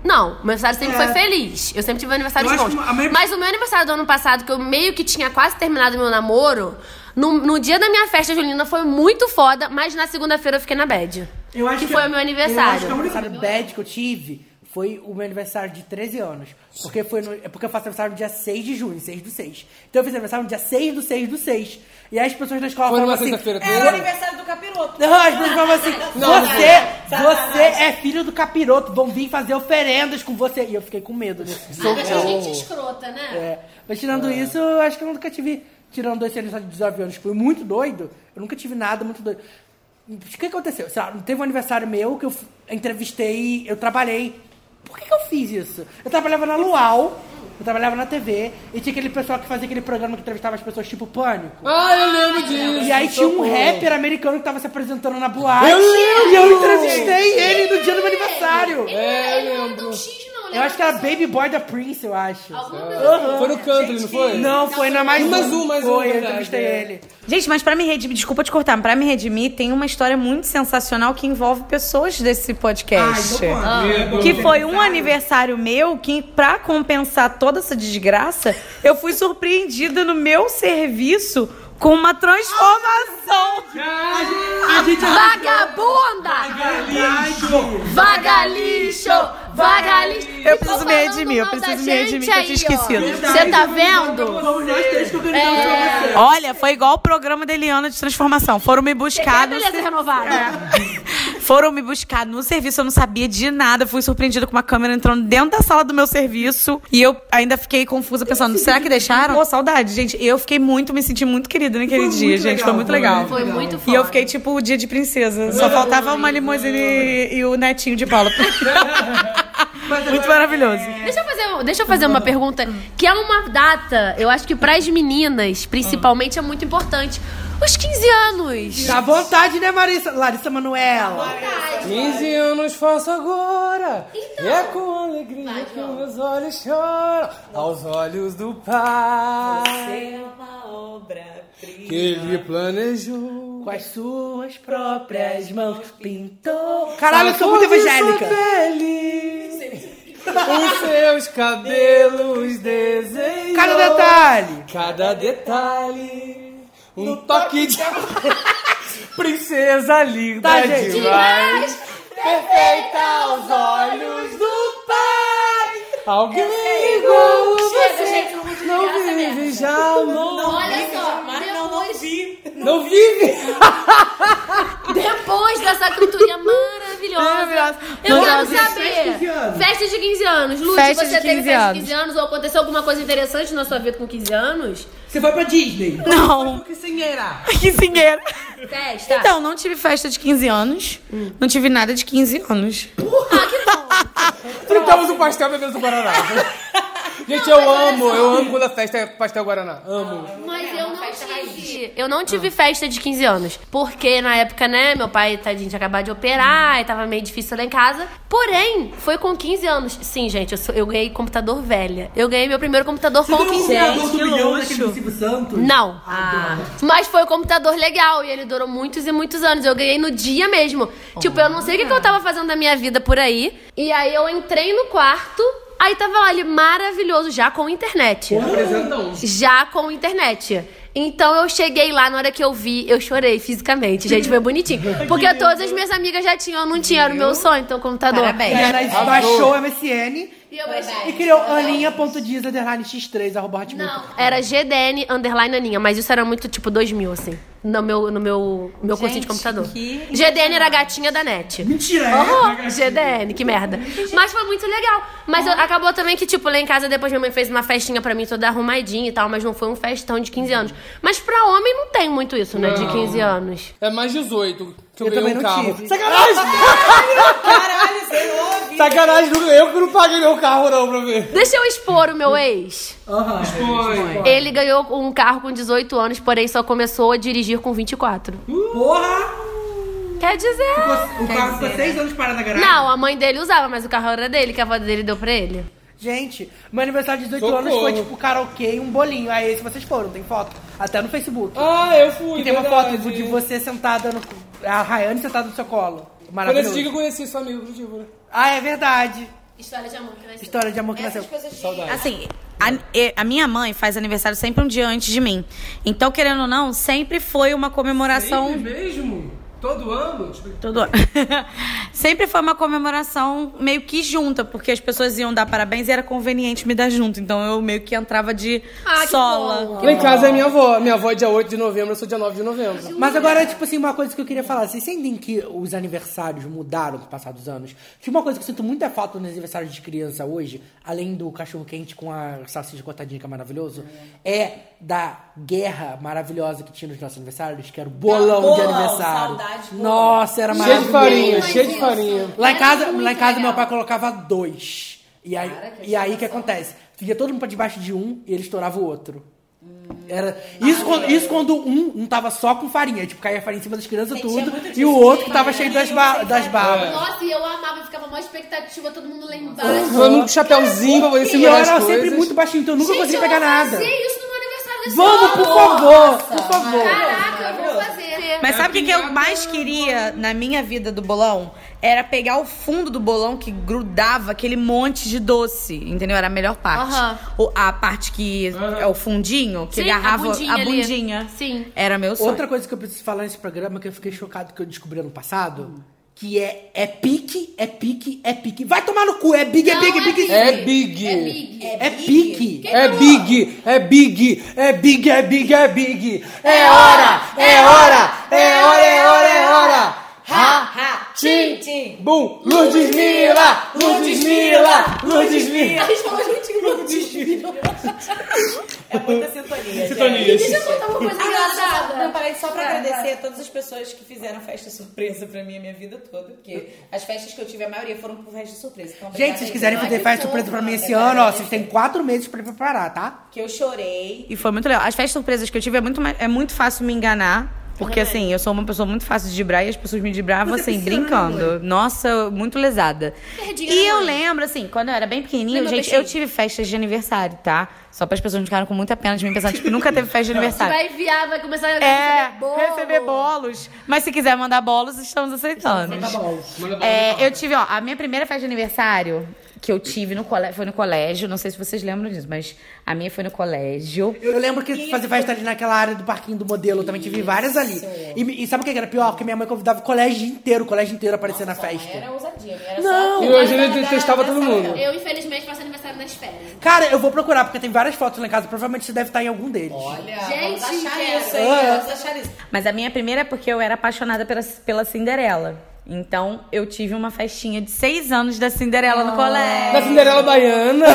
S9: Não, meu aniversário sempre
S7: É.
S9: foi feliz. Eu sempre tive aniversários
S7: Eu acho
S9: bons.
S7: que a maioria-
S9: Mas o meu aniversário do ano passado, que eu meio que tinha quase terminado meu namoro, no, no dia da minha festa julina foi muito foda, mas na segunda-feira eu fiquei na bad.
S1: Eu acho
S9: que, foi o meu
S1: Eu acho
S9: aniversário.
S1: que o aniversário bad que eu tive foi o meu aniversário de 13 anos. Porque, foi no- é porque eu faço aniversário no dia 6 de junho, 6 do 6. Então eu fiz aniversário no dia 6 do 6 do 6. E aí as pessoas da escola
S11: Foi
S1: falavam
S11: numa
S1: assim...
S11: sexta-feira
S1: "Era aniversário
S7: aniversário do capiroto.
S1: Não, as pessoas falavam assim,
S7: Não,
S1: você,
S7: não, não.
S1: você é filho do capiroto, vão vir fazer oferendas com você. E eu fiquei com medo. Né?
S7: Ah, mas a gente é escrota, né?
S1: É. Mas tirando isso, eu acho que eu nunca tive, tirando esse aniversário de 19 anos, que foi muito doido, eu nunca tive nada muito doido. O que que aconteceu? Sei lá, teve um aniversário meu que eu f- entrevistei, eu trabalhei. Por que, que eu fiz isso? Eu trabalhava na Luau, eu trabalhava na TV, e tinha aquele pessoal que fazia aquele programa que entrevistava as pessoas tipo Pânico.
S11: Ah, eu lembro disso.
S1: E aí tinha um
S11: socorro.
S1: rapper americano que tava se apresentando na boate.
S11: Eu lembro!
S1: E eu entrevistei ele no dia do meu aniversário.
S11: É, eu lembro.
S1: Eu acho que era Baby Boy da Prince, eu acho.
S11: Aham. Foi no Country, não foi?
S1: Não, foi na mais
S11: Mais um, mais um,
S1: Foi, eu
S11: verdade,
S1: entrevistei
S11: é.
S1: ele.
S8: Gente, mas pra me redimir, desculpa te cortar, mas pra me redimir, tem uma história muito sensacional que envolve pessoas desse podcast.
S1: Ai, então conta.
S8: Ah. que foi um aniversário meu que, pra compensar toda essa desgraça, eu fui surpreendida no meu serviço com uma transformação.
S7: Vagabunda! Vagalixo! Vagalixo!
S8: Eu preciso me redimir, eu preciso me redimir, que eu tinha esquecido.
S9: Você tá vendo?
S1: Fomos nós três que organizamos pra você.
S8: Olha, foi igual o programa da Eliana de transformação. Foram me buscar. no
S9: Tá, beleza
S8: ser-
S9: renovada.
S8: Foram me buscar no serviço, eu não sabia de nada. Eu Fui surpreendida com uma câmera entrando dentro da sala do meu serviço. E eu ainda fiquei confusa, pensando, será que deixaram? Pô, saudade, gente. Eu fiquei muito, me senti muito querida naquele dia,
S1: muito
S8: gente. foi
S1: legal,
S8: muito
S1: foi
S8: legal.
S1: muito Foi legal. muito
S8: E eu fiquei tipo o dia de princesa. Só faltava uma limousine e, e o netinho de Paula.
S1: é
S8: muito maravilhoso.
S9: Deixa eu, fazer, deixa eu fazer uma pergunta, que é uma data, eu acho que pras meninas, principalmente, é muito importante. Os 15 anos!
S1: Tá à vontade, né, Marissa? Larissa Manoela.
S11: 15 anos faço agora. E é com alegria que meus olhos choram. Aos olhos do Pai. Que ele planejou.
S1: Com as suas próprias mãos pintou. Caralho, eu sou muito evangélica.
S11: Os seus cabelos desenhou.
S1: Cada detalhe.
S11: Cada detalhe. Um toque de. Princesa linda
S1: Tá, gente?
S11: demais. Perfeita aos olhos do Pai. Alguém igual
S7: Chega,
S11: você
S7: gente, vamos
S11: não
S7: desligar essa
S11: vive
S7: merda.
S11: jamais.
S7: Olha só, mas não, não vi.
S11: Não vive.
S9: Depois dessa cantoria maravilhosa, eu quero
S8: Maravilhosa.
S9: saber.
S1: Festa de 15 anos.
S9: Festa de 15 anos. Luz,
S8: Festa
S9: você
S8: de
S9: teve
S8: 15
S9: festa de
S8: anos.
S9: 15 anos ou aconteceu alguma coisa interessante na sua vida com 15 anos?
S1: Você foi pra Disney?
S8: Não.
S1: Que senheira.
S8: que singueira.
S9: Festa.
S8: Então, não tive festa de 15 anos.
S1: Hum.
S8: Não tive nada de 15 anos.
S11: um Fritamos o pastel bebemos o Guaraná. Gente, eu amo, eu amo quando a festa é pastel Guaraná. Amo.
S9: Mas eu não tive. Eu não tive festa de 15 anos. Porque na época, né, meu pai, tadinho, tinha acabado de operar e tava meio difícil lá em casa. Porém, foi com 15 anos. Sim, gente, eu, sou- eu ganhei computador velha. Eu ganhei meu primeiro computador com 15 anos.
S1: Santos?
S9: Não. Mas foi um computador legal e ele durou muitos e muitos anos. Eu ganhei no dia mesmo. Tipo, eu não sei o que, que eu tava fazendo da minha vida por aí. E aí eu entrei no quarto. Aí tava lá ele maravilhoso, já com internet.
S2: Apresenta um.
S9: Já com internet. Então eu cheguei lá, na hora que eu vi, eu chorei fisicamente. Gente, foi bonitinho. Porque todas as minhas amigas já tinham, eu não tinha, era o meu sonho, então computador.
S1: E ela baixou o MSN e,
S9: É,
S1: criou aninha.diz, underline x3, arroba hotmail.
S9: Era GDN underline Aninha, mas isso era muito tipo 2000, assim. No meu, no meu, meu cursinho de computador. GDN era a gatinha da net.
S1: Mentira, é?
S9: Aham, GDN, que merda. Mas foi muito legal. Mas eu- acabou também que, tipo, lá em casa depois minha mãe fez uma festinha pra mim toda arrumadinha e tal, mas não foi um festão de 15 anos. Mas pra homem não tem muito isso, né? De
S11: Não.
S9: 15 anos.
S11: É mais 18 que eu,
S9: Eu
S11: ganhei
S9: também
S11: um
S9: não
S11: carro.
S9: tive.
S11: Sacanagem!
S9: Caralho,
S11: Sacanagem, não- eu que não paguei meu carro não pra ver.
S9: Deixa eu expor o
S1: Hum.
S9: meu ex.
S11: Expõe.
S9: Ele ganhou um carro com 18 anos, porém só começou a dirigir com 24.
S1: Porra!
S9: Quer dizer. né?
S1: O carro ficou seis anos parado na garagem.
S9: Não, a mãe dele usava, mas o carro era dele, que a avó dele deu pra ele.
S1: Gente, meu aniversário de 18 anos
S9: Socorro.
S1: foi tipo karaokê e um bolinho. Aí esse vocês foram, tem foto. Até no Facebook.
S11: Ah, eu fui,
S1: E tem uma
S11: verdade.
S1: foto tipo, de você sentada no. A Rayane sentada no seu colo.
S11: Foi
S1: Maravilhoso.
S11: nesse dia que eu conheci seu amigo, inclusive, né?
S1: Ah, é verdade.
S9: História de amor que nasceu.
S1: História de amor que nasceu.
S8: Assim, a, e- a minha mãe faz aniversário sempre um dia antes de mim. Então, querendo ou não, sempre foi uma comemoração.
S11: Sempre mesmo? Todo ano? Tipo,
S8: Todo ano. sempre foi uma comemoração meio que junta, porque as pessoas iam dar parabéns e era conveniente me dar junto. Então eu meio que entrava de sola.
S11: Lá em casa é minha avó. Minha avó é dia 8 de novembro, eu sou dia 9 de novembro.
S1: Mas agora, tipo assim, uma coisa que eu queria falar. Vocês sentem que os aniversários mudaram com o passar dos anos? Que uma coisa que eu sinto muita falta nos aniversários de criança hoje, além do cachorro-quente com a salsicha cortadinha, que é maravilhoso, é da guerra maravilhosa que tinha nos nossos aniversários, que era o bolão,
S11: Bolão,
S1: de aniversário.
S11: saudade, bolão.
S1: Nossa, era
S11: Cheio de
S1: maravilhoso.
S11: farinha, cheio de farinha.
S1: Lá em casa, lá em casa meu pai colocava dois. E aí, e aí o que acontece? Fica todo mundo pra debaixo de um e ele estourava o outro. Era, isso, quando, isso quando um não tava só com farinha, tipo, caía farinha em cima das crianças tudo, e o outro que tava cheio das, ba das balas.
S7: Nossa, e eu amava, eu ficava mó expectativa, todo mundo lá
S1: Uhum.
S7: embaixo.
S11: Foi um chapéuzinho pra poder
S1: E
S11: segurar
S1: eu
S11: as
S1: era
S11: coisas.
S1: sempre muito baixinho, então eu nunca
S7: Gente,
S1: conseguia
S7: eu
S1: pegar
S7: vou
S1: nada.
S7: fazer isso no meu aniversário desse
S1: Vamos,
S7: ano.
S1: por favor, por favor.
S7: Caraca, eu vou fazer.
S9: É
S8: Mas sabe o que, que eu mais queria na minha vida do bolão? Era pegar o fundo do bolão que grudava aquele monte de doce, entendeu? Era a melhor parte.
S9: Aham.
S8: O- a parte que é o fundinho, que
S9: Sim,
S8: agarrava
S9: a bundinha. ali. Sim.
S8: Era meu sonho.
S1: Outra coisa que eu preciso falar nesse programa que eu fiquei chocado que eu descobri ano passado, que é é pique, é pique, é pique. Vai tomar no cu, é big, é
S11: Não,
S1: big,
S11: é
S1: é big.
S11: big. É big. É big.
S1: É pique.
S11: É big, é big, é big, é big, é big. É hora, é hora, é hora, é hora, é hora. Ha, ha, tim, tim. Bum, Lourdes Mila, Lourdes Mila, Lourdes Mila.
S13: É muita sintonia.
S11: Sintonia.
S13: gente.
S11: Deixa eu contar uma coisa
S13: Ah, não, só-
S7: engraçada.
S13: Não, parei só pra
S7: Vai,
S13: agradecer
S7: vai.
S13: a todas as pessoas que fizeram festa surpresa pra mim a minha vida toda, porque as festas que eu tive, a maioria foram por festa surpresa. Então,
S1: Gente, se
S13: obrigada
S1: vocês
S13: aí.
S1: quiserem
S13: Ai,
S1: fazer
S13: que
S1: festa
S13: fofo,
S1: surpresa pra mim esse
S13: obrigada.
S1: ano, ó, vocês têm quatro meses pra preparar, tá?
S13: Que eu chorei.
S8: E foi muito legal. As festas surpresas que eu tive é muito, mais- é muito fácil me enganar. Porque assim, eu sou uma pessoa muito fácil de dibrar e as pessoas me dibravam assim,
S13: né,
S8: brincando. Nossa, eu- muito lesada.
S12: Perdinha
S8: e
S12: na
S8: eu
S12: mãe.
S8: lembro, assim, quando eu era bem pequenininha,
S12: Lembra,
S8: gente,
S12: peixinho?
S8: eu tive festas de aniversário, tá? Só para as pessoas não ficarem com muita pena de mim pensar, tipo, nunca teve festa de
S9: Você
S8: aniversário.
S9: vai enviar, vai começar a
S8: É,
S9: receber bolo.
S8: receber bolos. Mas se quiser mandar bolos, estamos aceitando.
S9: Manda bolos.
S2: Manda bolos,
S8: É,
S2: manda
S8: eu tive, ó, a minha primeira festa de aniversário que eu tive no colégio, foi no colégio, não sei se vocês lembram disso, mas a minha foi no colégio.
S1: Eu lembro que fazer festa ali naquela área do parquinho do modelo, eu também tive várias ali. E, e sabe o que era pior? Que minha mãe convidava o colégio inteiro, o colégio inteiro aparecia na festa.
S7: Era ousadia, era
S1: Não.
S7: só...
S1: E hoje ele detestava todo mundo.
S7: Eu, infelizmente, faço aniversário nas férias.
S1: Cara, eu vou procurar, porque tem várias fotos lá em casa, provavelmente você deve estar em algum deles. Olha.
S7: Gente, é
S13: vamos achar
S7: quero.
S13: isso, hein?
S1: Ah.
S13: Vamos achar isso.
S8: Mas a minha primeira é porque eu era apaixonada pela, pela Cinderela. Então, eu tive uma festinha de seis anos da Cinderela no colégio.
S11: Da Cinderela Baiana.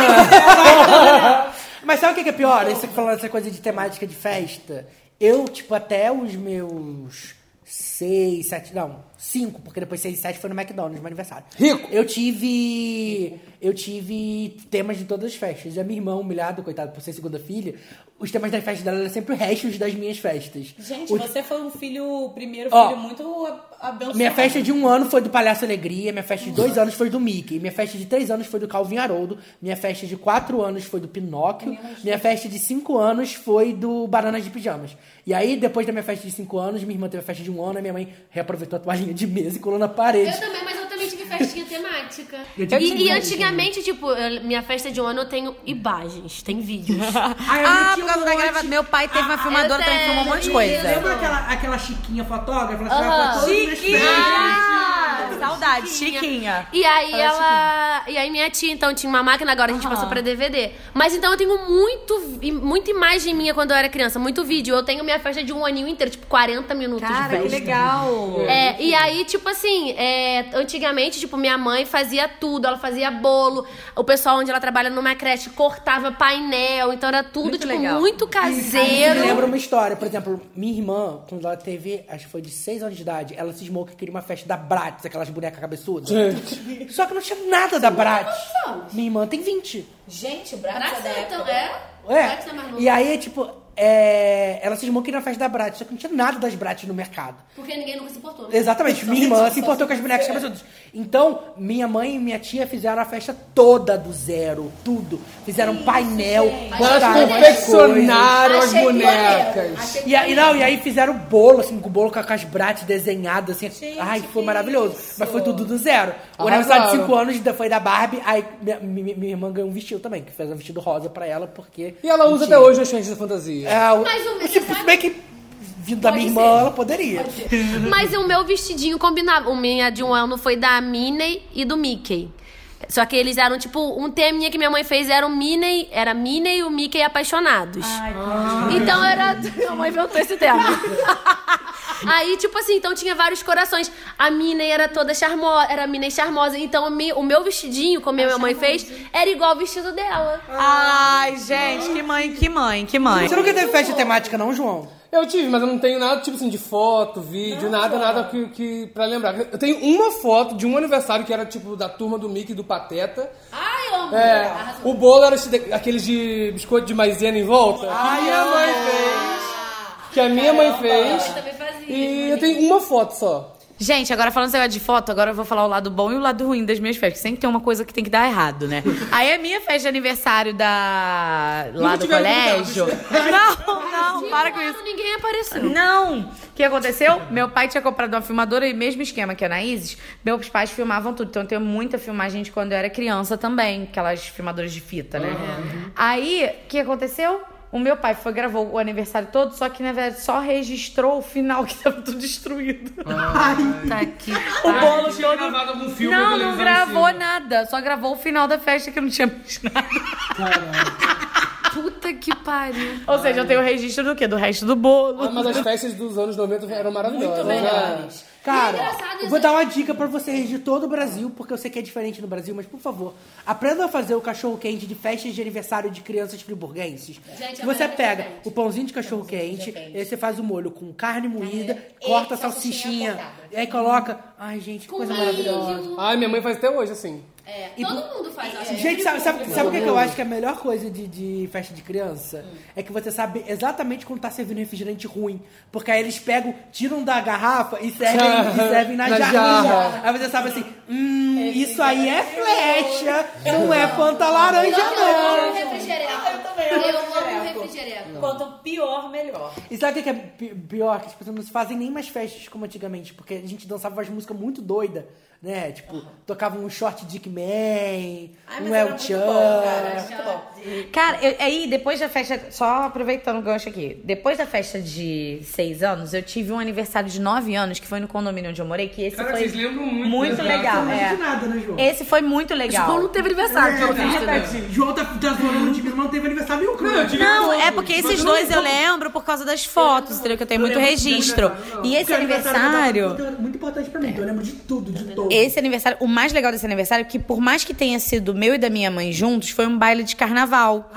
S1: Mas sabe o que que é pior? Esse que falando essa coisa de temática de festa. Eu, tipo, até os meus seis, sete. Não, Cinco, porque depois seis e sete foi no McDonald's, meu aniversário.
S11: Rico!
S1: Eu tive. Eu tive temas de todas as festas. E a minha irmã, humilhada, coitada, por ser segunda filha, os temas das festas dela eram sempre os restos das minhas festas.
S14: Gente,
S1: O-
S14: você foi um filho, o primeiro
S1: Ó,
S8: é
S14: filho muito a- abençoado.
S1: Minha festa de um ano foi do Palhaço Alegria, minha festa de dois anos foi do Mickey, minha festa de três anos foi do Calvin Haroldo, minha festa de quatro anos foi do Pinóquio, minha festa de cinco anos foi do Bananas de Pijamas. E aí, depois da minha festa de cinco anos, minha irmã teve a festa de um ano, a minha mãe reaproveitou a toalhinha de mesa e colou na parede.
S7: Eu também, mas eu também tive festinha temática.
S1: Eu
S7: E,
S1: tive
S7: e
S1: também.
S7: antigamente, tipo, eu- minha festa de um ano eu tenho imagens, tem vídeos.
S8: Ah,
S1: um
S8: por causa da gravação. Meu pai teve uma filmadora também, filmou um monte de coisa.
S1: Lembra aquela, aquela chiquinha fotógrafa? Ela
S8: Aham.
S1: tirava foto todas as
S8: Chiquinha!
S1: festas.
S8: Saudade, Chiquinha.
S7: E aí
S8: Fala,
S7: ela. E aí minha tia, então, tinha uma máquina, agora a gente passou pra DVD. Mas então eu tenho muito, vi- muita imagem minha quando eu era criança, muito vídeo. Eu tenho minha festa de um aninho inteiro, tipo, 40 minutos de
S8: Cara, que
S7: festa.
S8: legal.
S7: É, e aí, tipo assim, é, antigamente, tipo, minha mãe fazia tudo, ela fazia bolo, o pessoal onde ela trabalha numa creche cortava painel, então era tudo, tipo, muito
S1: Me lembra
S7: caseiro.
S1: uma história, por exemplo, minha irmã, quando ela teve, acho que foi de 6 anos de idade, ela cismou que queria uma festa da Bratz, aquelas bonecas cabeçudas.
S14: Gente.
S1: Só que não tinha nada da Bratz.
S14: Quantos anos?
S1: Minha irmã tem 20.
S14: Gente, braço
S7: Braço,
S14: da
S7: então,
S14: época.
S7: é?
S1: É. E aí, tipo, é, ela cismou que ia na festa da Bratz, só que não tinha nada das Bratz no mercado.
S7: Porque ninguém nunca se importou. né?
S1: Exatamente, minha irmã se importou com as bonecas cabeçudas. Então, minha mãe e minha tia fizeram a festa toda do zero, tudo. Fizeram painel,
S11: gente.
S1: botaram
S11: Elas
S1: as coisas.
S11: confeccionaram as Achei bonecas. maneiro, achei
S1: E aí, não, e aí fizeram bolo, assim, com o bolo com as brates desenhadas, assim. Ai, foi maravilhoso. Mas foi tudo do zero. O
S11: Arrasaram.
S1: aniversário de 5 anos da- foi da Barbie, aí minha, minha- minha irmã ganhou um vestido também, que fez um vestido rosa pra ela, porque.
S11: E ela usa
S1: não tinha.
S11: até hoje as festas da fantasia.
S1: É, o-
S7: Mas o-
S1: tipo, se bem que vindo da minha irmã, ela poderia.
S7: Mas o meu vestidinho combinava. O minha de um ano foi da Minnie e do Mickey. Só que eles eram, tipo, um teminha que minha mãe fez era o Minnie, era Minnie e o Mickey apaixonados. então era. Minha mãe inventou esse tema. Aí, tipo assim, então tinha vários corações. A Minnie era toda charmosa, era a Minnie charmosa. Então o mi- o meu vestidinho, como a minha mãe fez, era igual ao vestido dela.
S8: Ai, gente, que mãe, que mãe, que mãe.
S1: Você nunca teve festa temática, não, João?
S11: Eu tive, mas eu não tenho nada, tipo assim, de foto, vídeo, nada, nada que, que, pra lembrar. Eu tenho uma foto de um aniversário que era, tipo, da turma do Mickey e do Pateta.
S7: Ai, eu amo.
S11: É, o bolo era esse da- aqueles de biscoito de maisena em volta. que minha mãe fez. Que a minha mãe fez. E eu tenho uma foto só.
S8: Gente, agora falando esse negócio de foto, agora eu vou falar o lado bom e o lado ruim das minhas festas. Sempre tem uma coisa que tem que dar errado, né? Aí a minha festa de aniversário da... lá
S7: Nunca
S8: do
S7: tiveram
S8: colégio... Não, não, para com isso.
S7: Ninguém apareceu.
S8: Não! O que aconteceu? Meu pai tinha comprado uma filmadora e mesmo esquema que a Anaíses, meus pais filmavam tudo. Então eu tenho muita filmagem de quando eu era criança também, aquelas filmadoras de fita, né? Aí, o que aconteceu? O meu pai foi gravou o aniversário todo, só que na verdade só registrou o final que tava tudo destruído.
S15: Tá aqui.
S8: O bolo
S16: Tinha gravado algum filme
S8: não,
S16: televisão
S8: não
S16: em
S8: gravou
S16: cima.
S8: nada. Só gravou o final da festa que não tinha mais nada. Puta que pariu. Ou seja, eu tenho o registro do quê? Do resto do bolo.
S11: Ah, mas as festas dos anos 90 eram maravilhosas. né?
S1: Cara, eu vou dar uma dica pra vocês de todo o Brasil, porque eu sei que é diferente no Brasil, mas por favor, aprenda a fazer o cachorro-quente de festas de aniversário de crianças friburguenses.
S7: Gente,
S1: Que você
S7: amanhã é
S1: pega
S7: diferente.
S1: o pãozinho de cachorro-quente, aí você faz o molho com carne moída, corta a salsichinha, e aí coloca. Ai, gente, que coisa maravilhosa.
S11: Ai, minha mãe faz até hoje, assim.
S7: É,
S1: E
S7: todo
S1: por-
S7: mundo faz, eu acho.
S1: Gente, sabe, sabe, sabe o que, que eu acho que é a melhor coisa de, de festa de criança? É que você sabe exatamente quando tá servindo refrigerante ruim. Porque aí eles pegam, tiram da garrafa e servem, e servem na,
S11: Na
S1: jarrinha.
S11: jarra.
S1: Aí você sabe assim, hum, isso aí é flecha, não é fanta laranja
S17: Eu amo
S1: não.
S17: refrigerante.
S14: Eu também
S17: Eu
S14: amo
S17: amo
S14: refrigerante.
S17: refrigerante.
S14: Quanto pior, melhor.
S1: E sabe o que que é pi- pior? Que as pessoas não se fazem nem mais festas como antigamente, porque a gente dançava umas músicas muito doidas, né? Tipo, tocava um short Dick Man, um El Chan.
S8: Cara, eu- aí depois da festa, só aproveitando o gancho aqui, depois da festa de seis anos, eu tive um aniversário de nove anos, que foi no condomínio onde eu morei, que esse
S16: Cara,
S8: foi
S16: vocês lembram muito, né?
S8: legal.
S16: Não lembro
S8: é.
S16: de nada, né, João?
S8: Esse foi muito legal.
S16: João não
S8: teve aniversário,
S7: né?
S1: É, João tá, tá zoando o time, não teve aniversário nenhum.
S16: Não, eu
S18: diga
S8: né? Não,
S18: logo.
S8: é porque esses
S18: Mas
S8: dois
S18: não-
S8: eu lembro por causa das fotos, entendeu? Que eu tenho muito
S1: lembro
S8: registro. E esse
S1: Porque
S8: aniversário.
S1: é muito importante pra mim, então eu lembro de tudo, de todo.
S8: Esse aniversário, o mais legal desse aniversário é que, por mais que tenha sido meu e da minha mãe juntos, foi um baile de carnaval.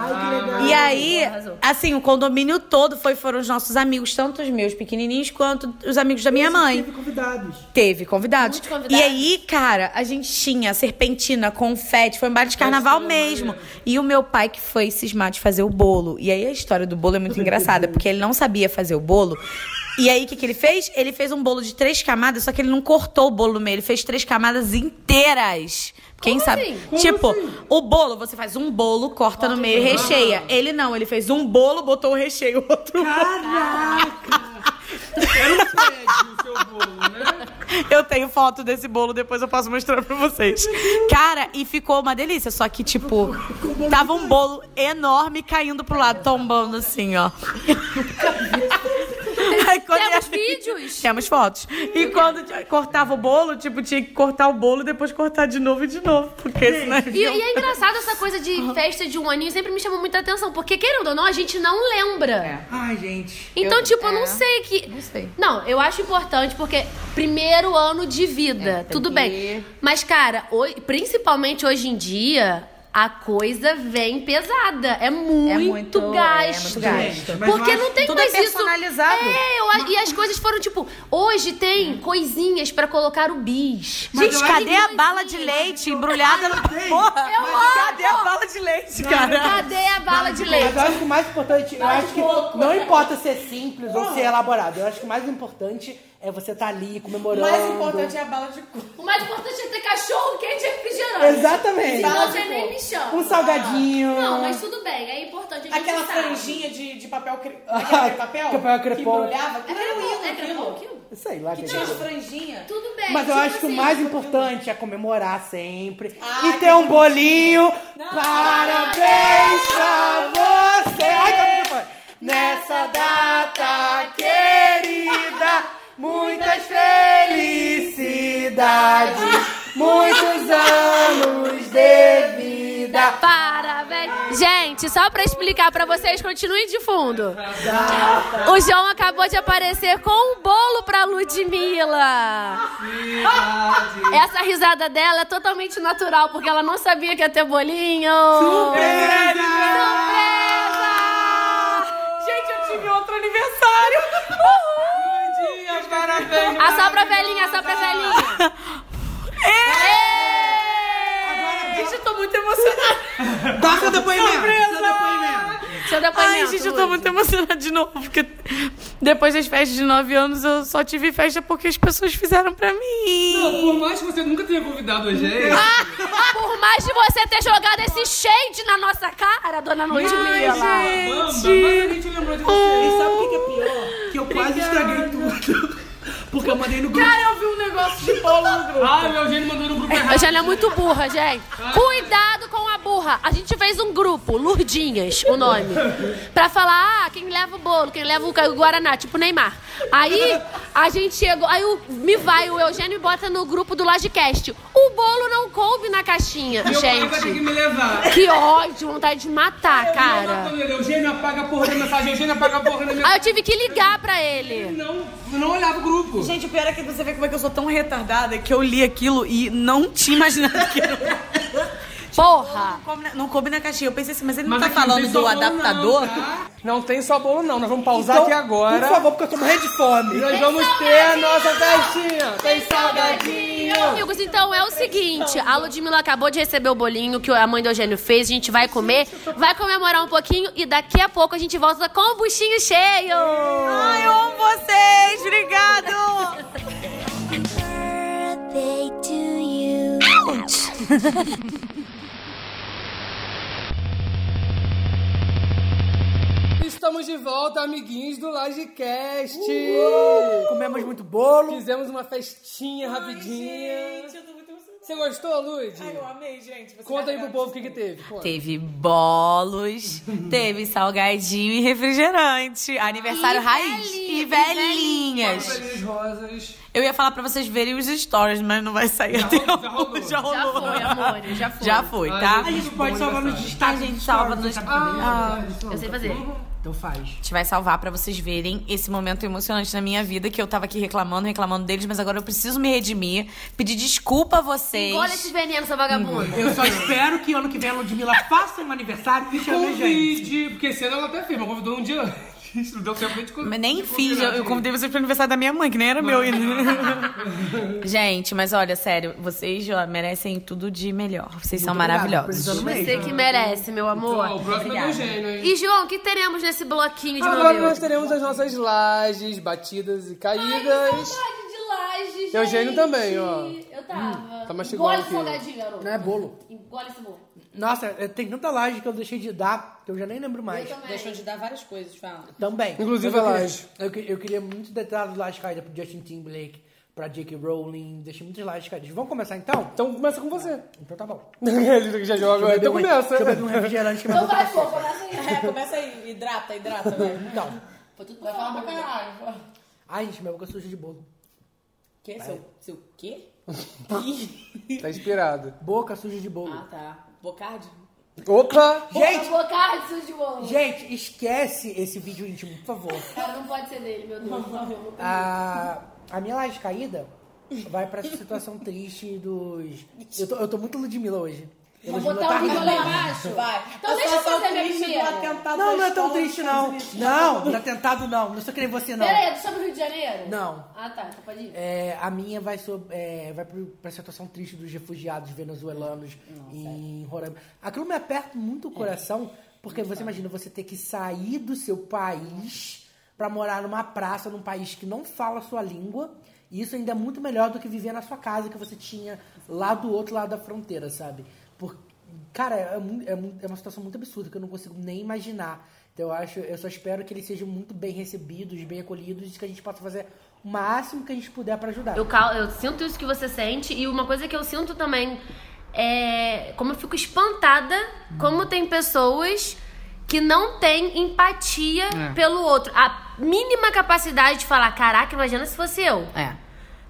S8: E aí, assim, o condomínio todo foi, foram os nossos amigos, tanto os meus pequenininhos quanto os amigos da minha mãe.
S1: Teve convidados.
S8: Teve convidados.
S1: Muitos convidados.
S8: E aí, cara, a gente tinha serpentina, confete, foi um baile de carnaval mesmo. E o meu pai que foi cismar de fazer o bolo. E aí a história do bolo é muito engraçada, porque ele não sabia fazer o bolo. E aí, o que, que ele fez? Ele fez um bolo de três camadas, só que ele não cortou o bolo no meio, ele fez três camadas inteiras. Quem sabe? Tipo, o bolo, você faz um bolo, corta no meio Ah. e
S9: meio.
S8: recheia. Ele não, ele fez um bolo, botou o recheio, outro Caraca! Eu tenho foto desse bolo, depois eu posso mostrar pra vocês. Cara, e ficou uma delícia, só que, tipo, tava um bolo enorme caindo pro lado, tombando assim, ó. Temos
S7: vídeos?
S8: Temos fotos. E quando t- cortava o bolo, tipo, tinha que cortar o bolo e depois cortar de novo e de novo. Porque senão.
S7: E, e é engraçado essa coisa de festa de um aninho sempre me chamou muita atenção, porque querendo ou não, a gente não lembra.
S1: Ai, gente.
S7: Então,
S1: Eu-
S7: tipo, eu
S1: é.
S7: não sei que. Não sei. Não, eu acho importante porque primeiro ano de vida, tudo bem. Mas, cara, ho- principalmente hoje em dia, a coisa vem pesada. É muito, gasto.
S9: gasto. Mas
S7: Porque
S9: eu
S7: não
S9: acho-
S7: tem
S9: tudo é
S7: mais isso.
S9: personalizado.
S7: É, eu a- e as coisas foram tipo, hoje tem coisinhas pra colocar o bis.
S8: Mas Gente, eu acho- cadê a bala de leite embrulhada no porra?
S7: Eu amo.
S8: Cadê a bala de leite,
S1: Não,
S8: cara?
S1: não. Mas eu acho que o mais importante, eu
S8: Bala
S1: acho
S8: de
S1: que
S8: coco.
S1: não importa ser simples ou ser elaborado. Eu acho que o mais importante é você estar ali comemorando.
S19: a bala de coco.
S20: O mais importante é ter cachorro quente e
S8: é
S20: refrigerante.
S1: Exatamente.
S20: Senão
S1: Bala
S20: você
S1: de
S20: nem
S1: coco.
S20: me chama.
S1: Um salgadinho.
S20: Não, mas tudo bem, é importante. A gente
S19: Aquela
S20: sabe.
S19: franjinha de, de papel cre... Aquele papel,
S1: Que papel é
S19: que
S1: crepom.
S19: molhava. Que era o
S20: É crepom aquilo?
S1: Sei lá.
S19: Que
S1: que
S19: tinha
S1: é
S19: as
S1: isso.
S19: franjinhas.
S20: Tudo bem.
S1: Mas eu
S20: tipo
S1: acho que o
S20: assim,
S1: mais importante é comemorar sempre.
S20: Ah,
S1: e ter um
S20: que
S1: bolinho. Parabéns pra você! Ai, tá muito bom. Nessa data querida, muitas felicidades, muitos anos de vida.
S7: Parabéns. Gente, só pra explicar pra vocês, continuem de fundo. O João acabou de aparecer com um bolo pra Ludmilla. Essa risada dela é totalmente natural, porque ela não sabia que ia ter bolinho.
S21: Gente, eu tive outro
S8: aniversário!
S21: Bom dia, parabéns!
S7: Assopra a Ah, velhinha, assopra a velhinha.
S8: Gente, eu tô muito emocionada.
S1: Dá seu depoimento,
S8: Surpresa!
S1: seu depoimento.
S7: Seu depoimento,
S8: Ai, gente, eu tô muito emocionada de novo, porque depois das festas de 9 anos eu só tive festa porque as pessoas fizeram pra mim.
S18: Não, por mais que você nunca tenha convidado a gente.
S7: Ah, Por mais de você ter jogado esse shade na nossa cara, dona Ludmilla.
S18: gente lembrou de
S1: você. E sabe o que que é pior? Que eu quase estraguei tudo. Porque eu mandei no grupo.
S7: Cara, eu vi um negócio de bolo no grupo.
S18: Ah, meu Eugênio mandou no grupo errado.
S7: A Jane é muito burra, gente. Cuidado com a burra. A gente fez um grupo, Lurdinhas, o nome. Pra falar, ah, quem leva o bolo, quem leva o ca- o Guaraná, tipo Neymar. Aí a gente chegou, aí o, me vai, o Eugênio me bota no grupo do Lodcast. O bolo não coube na caixinha,
S18: Meu pai vai ter que
S7: gente.
S18: me levar.
S7: Que ódio, vontade de matar, cara.
S18: Matando ele, Eugênio apaga a porra da mensagem, Eugênio apaga a porra da
S7: Aí
S18: mensagem.
S7: eu tive que ligar pra ele.
S18: Não, não olhava o grupo.
S8: Gente, o pior é que você vê como é que eu sou tão retardada que eu li aquilo e não tinha imaginado que era.
S7: Porra!
S8: Não coube, na, não coube na caixinha. Eu pensei assim, mas ele não tá
S11: Mas aqui não
S8: falando
S11: tem
S8: do
S11: sabor, não,
S8: adaptador?
S11: tá? Não tem só bolo, não. Nós vamos pausar
S1: Então,
S11: aqui agora.
S1: por favor, porque eu tô morrendo de fome.
S11: E nós vamos ter a nossa festinha. Tem
S7: Então, Amigos, então é o seguinte: a Ludmilla acabou de receber o bolinho que a mãe do Eugênio fez. A gente vai comer, vai comemorar um pouquinho e daqui a pouco a gente volta com o buchinho cheio. Ai,
S8: eu amo vocês! Obrigado!
S22: Birthday to you.
S11: Estamos de volta, amiguinhos do Lodcast.
S1: Comemos muito bolo.
S11: Fizemos uma festinha rapidinha. Gente, eu tô muito emocionada. Você gostou, Luigi?
S23: Ai, eu amei, gente. Você
S11: Conta
S23: vai
S11: aí pro
S23: ficar-
S11: povo o que, que teve. Conta.
S8: Teve bolos, teve salgadinho e refrigerante. Aniversário
S24: E
S8: raiz.
S24: velhinha,
S8: e
S24: e
S8: velhinhas.
S24: velhinhas.
S11: rosas.
S8: Eu ia falar pra vocês verem os stories, mas não vai sair até hoje. Já rolou.
S24: foi, amor, já foi.
S8: Já foi, tá?
S24: A gente pode salvar nos
S1: tá,
S8: destaques. A gente salva nos Ah,
S24: eu sei fazer.
S1: Então faz.
S8: a gente vai salvar pra vocês verem esse momento emocionante na minha vida que eu tava aqui reclamando, reclamando deles, mas agora eu preciso me redimir, pedir desculpa a vocês.
S7: Olha esses venenos, seu vagabundo.
S1: Eu só espero que ano que vem a Ludmilla faça um aniversário e chame a gente.
S9: Convide, porque esse ano ela até fez, mas convidou um dia antes. Não deu tempo nem de convidar.
S8: Mas nem fiz, eu, eu
S9: gente.
S8: convidei vocês pro aniversário da minha mãe, que nem era meu ainda. gente, mas olha, sério, vocês ó, merecem tudo de melhor. Vocês são
S7: Muito obrigada,
S8: maravilhosos.
S7: Você que merece, meu amor.
S8: Então, o próximo é do Eugênio, hein?
S7: E, João, o que teremos nesse bloquinho de
S11: Agora
S7: meu Deus?
S11: nós teremos as nossas lajes batidas e
S7: um
S11: caídas.
S25: de laje, gente.
S11: Eugênio também, ó.
S25: Eu tava.
S11: Hum, tá mastigando
S25: Engole
S11: aqui.
S25: salgadinho, garoto.
S1: Não é bolo.
S25: Engole esse bolo.
S1: Nossa, eu- tem tanta laje que eu deixei de dar que eu já nem lembro mais.
S23: Deixou de dar várias coisas, fala.
S1: Também. Mas
S11: Inclusive
S1: eu
S11: a
S1: queria-
S11: laje.
S1: Eu, que- eu queria muito detalhes lajes caídas pro Justin Timberlake, pra J.K. Rowling. Deixei muitas lajes caídas. Vamos começar então?
S11: Então começa com você.
S1: Então tá bom.
S11: Ele já joga,
S1: Deixa eu
S11: então
S1: beber um-
S11: começa.
S1: deixa eu beber um refrigerante que eu não vou
S23: Então pô, começa aí. É, começa aí. Hidrata, hidrata. Vai,
S1: Então.
S23: Pô, tudo vai falar pra caralho.
S1: Ai, gente, minha boca suja de bolo.
S23: Que? Seu, seu quê?
S11: Tá inspirado.
S1: Boca suja de bolo.
S23: Ah, tá. Bocardi?
S11: Opa!
S1: Gente!
S7: Tá
S25: Bocardi, sujo de bolo.
S1: Gente, esquece esse vídeo íntimo, por favor.
S25: Cara, não pode ser dele, meu Deus.
S1: A, a minha laje caída vai pra situação triste dos. Eu tô, eu tô muito Ludmilla tá hoje. Eu
S25: Vou botar um vídeo lá embaixo.
S23: Vai.
S25: Então deixa eu fazer minha primeira.
S1: Não, não é tão triste, não. Não, não é tentado, não. Não sou que nem você, não.
S25: Pera aí, é sobre o Rio de Janeiro?
S1: Não.
S25: Ah, tá. Então pode ir.
S1: É, a minha vai, so, é, vai pro- pra situação triste dos refugiados venezuelanos em Roraima. Aquilo me aperta muito o coração, porque você imagina você ter que sair do seu país pra morar numa praça, num país que não fala a sua língua. E isso ainda é muito melhor do que viver na sua casa que você tinha lá do outro lado da fronteira, sabe? Por- cara, é, mu- é mu- é uma situação muito absurda que eu não consigo nem imaginar. Então eu acho, eu só espero que eles sejam muito bem recebidos, bem acolhidos e que a gente possa fazer o máximo que a gente puder pra ajudar.
S7: Eu, cal- eu sinto isso que você sente e uma coisa que eu sinto também é como eu fico espantada como tem pessoas que não têm empatia
S8: É.
S7: pelo outro. A mínima capacidade de falar, caraca, imagina se fosse eu.
S8: É.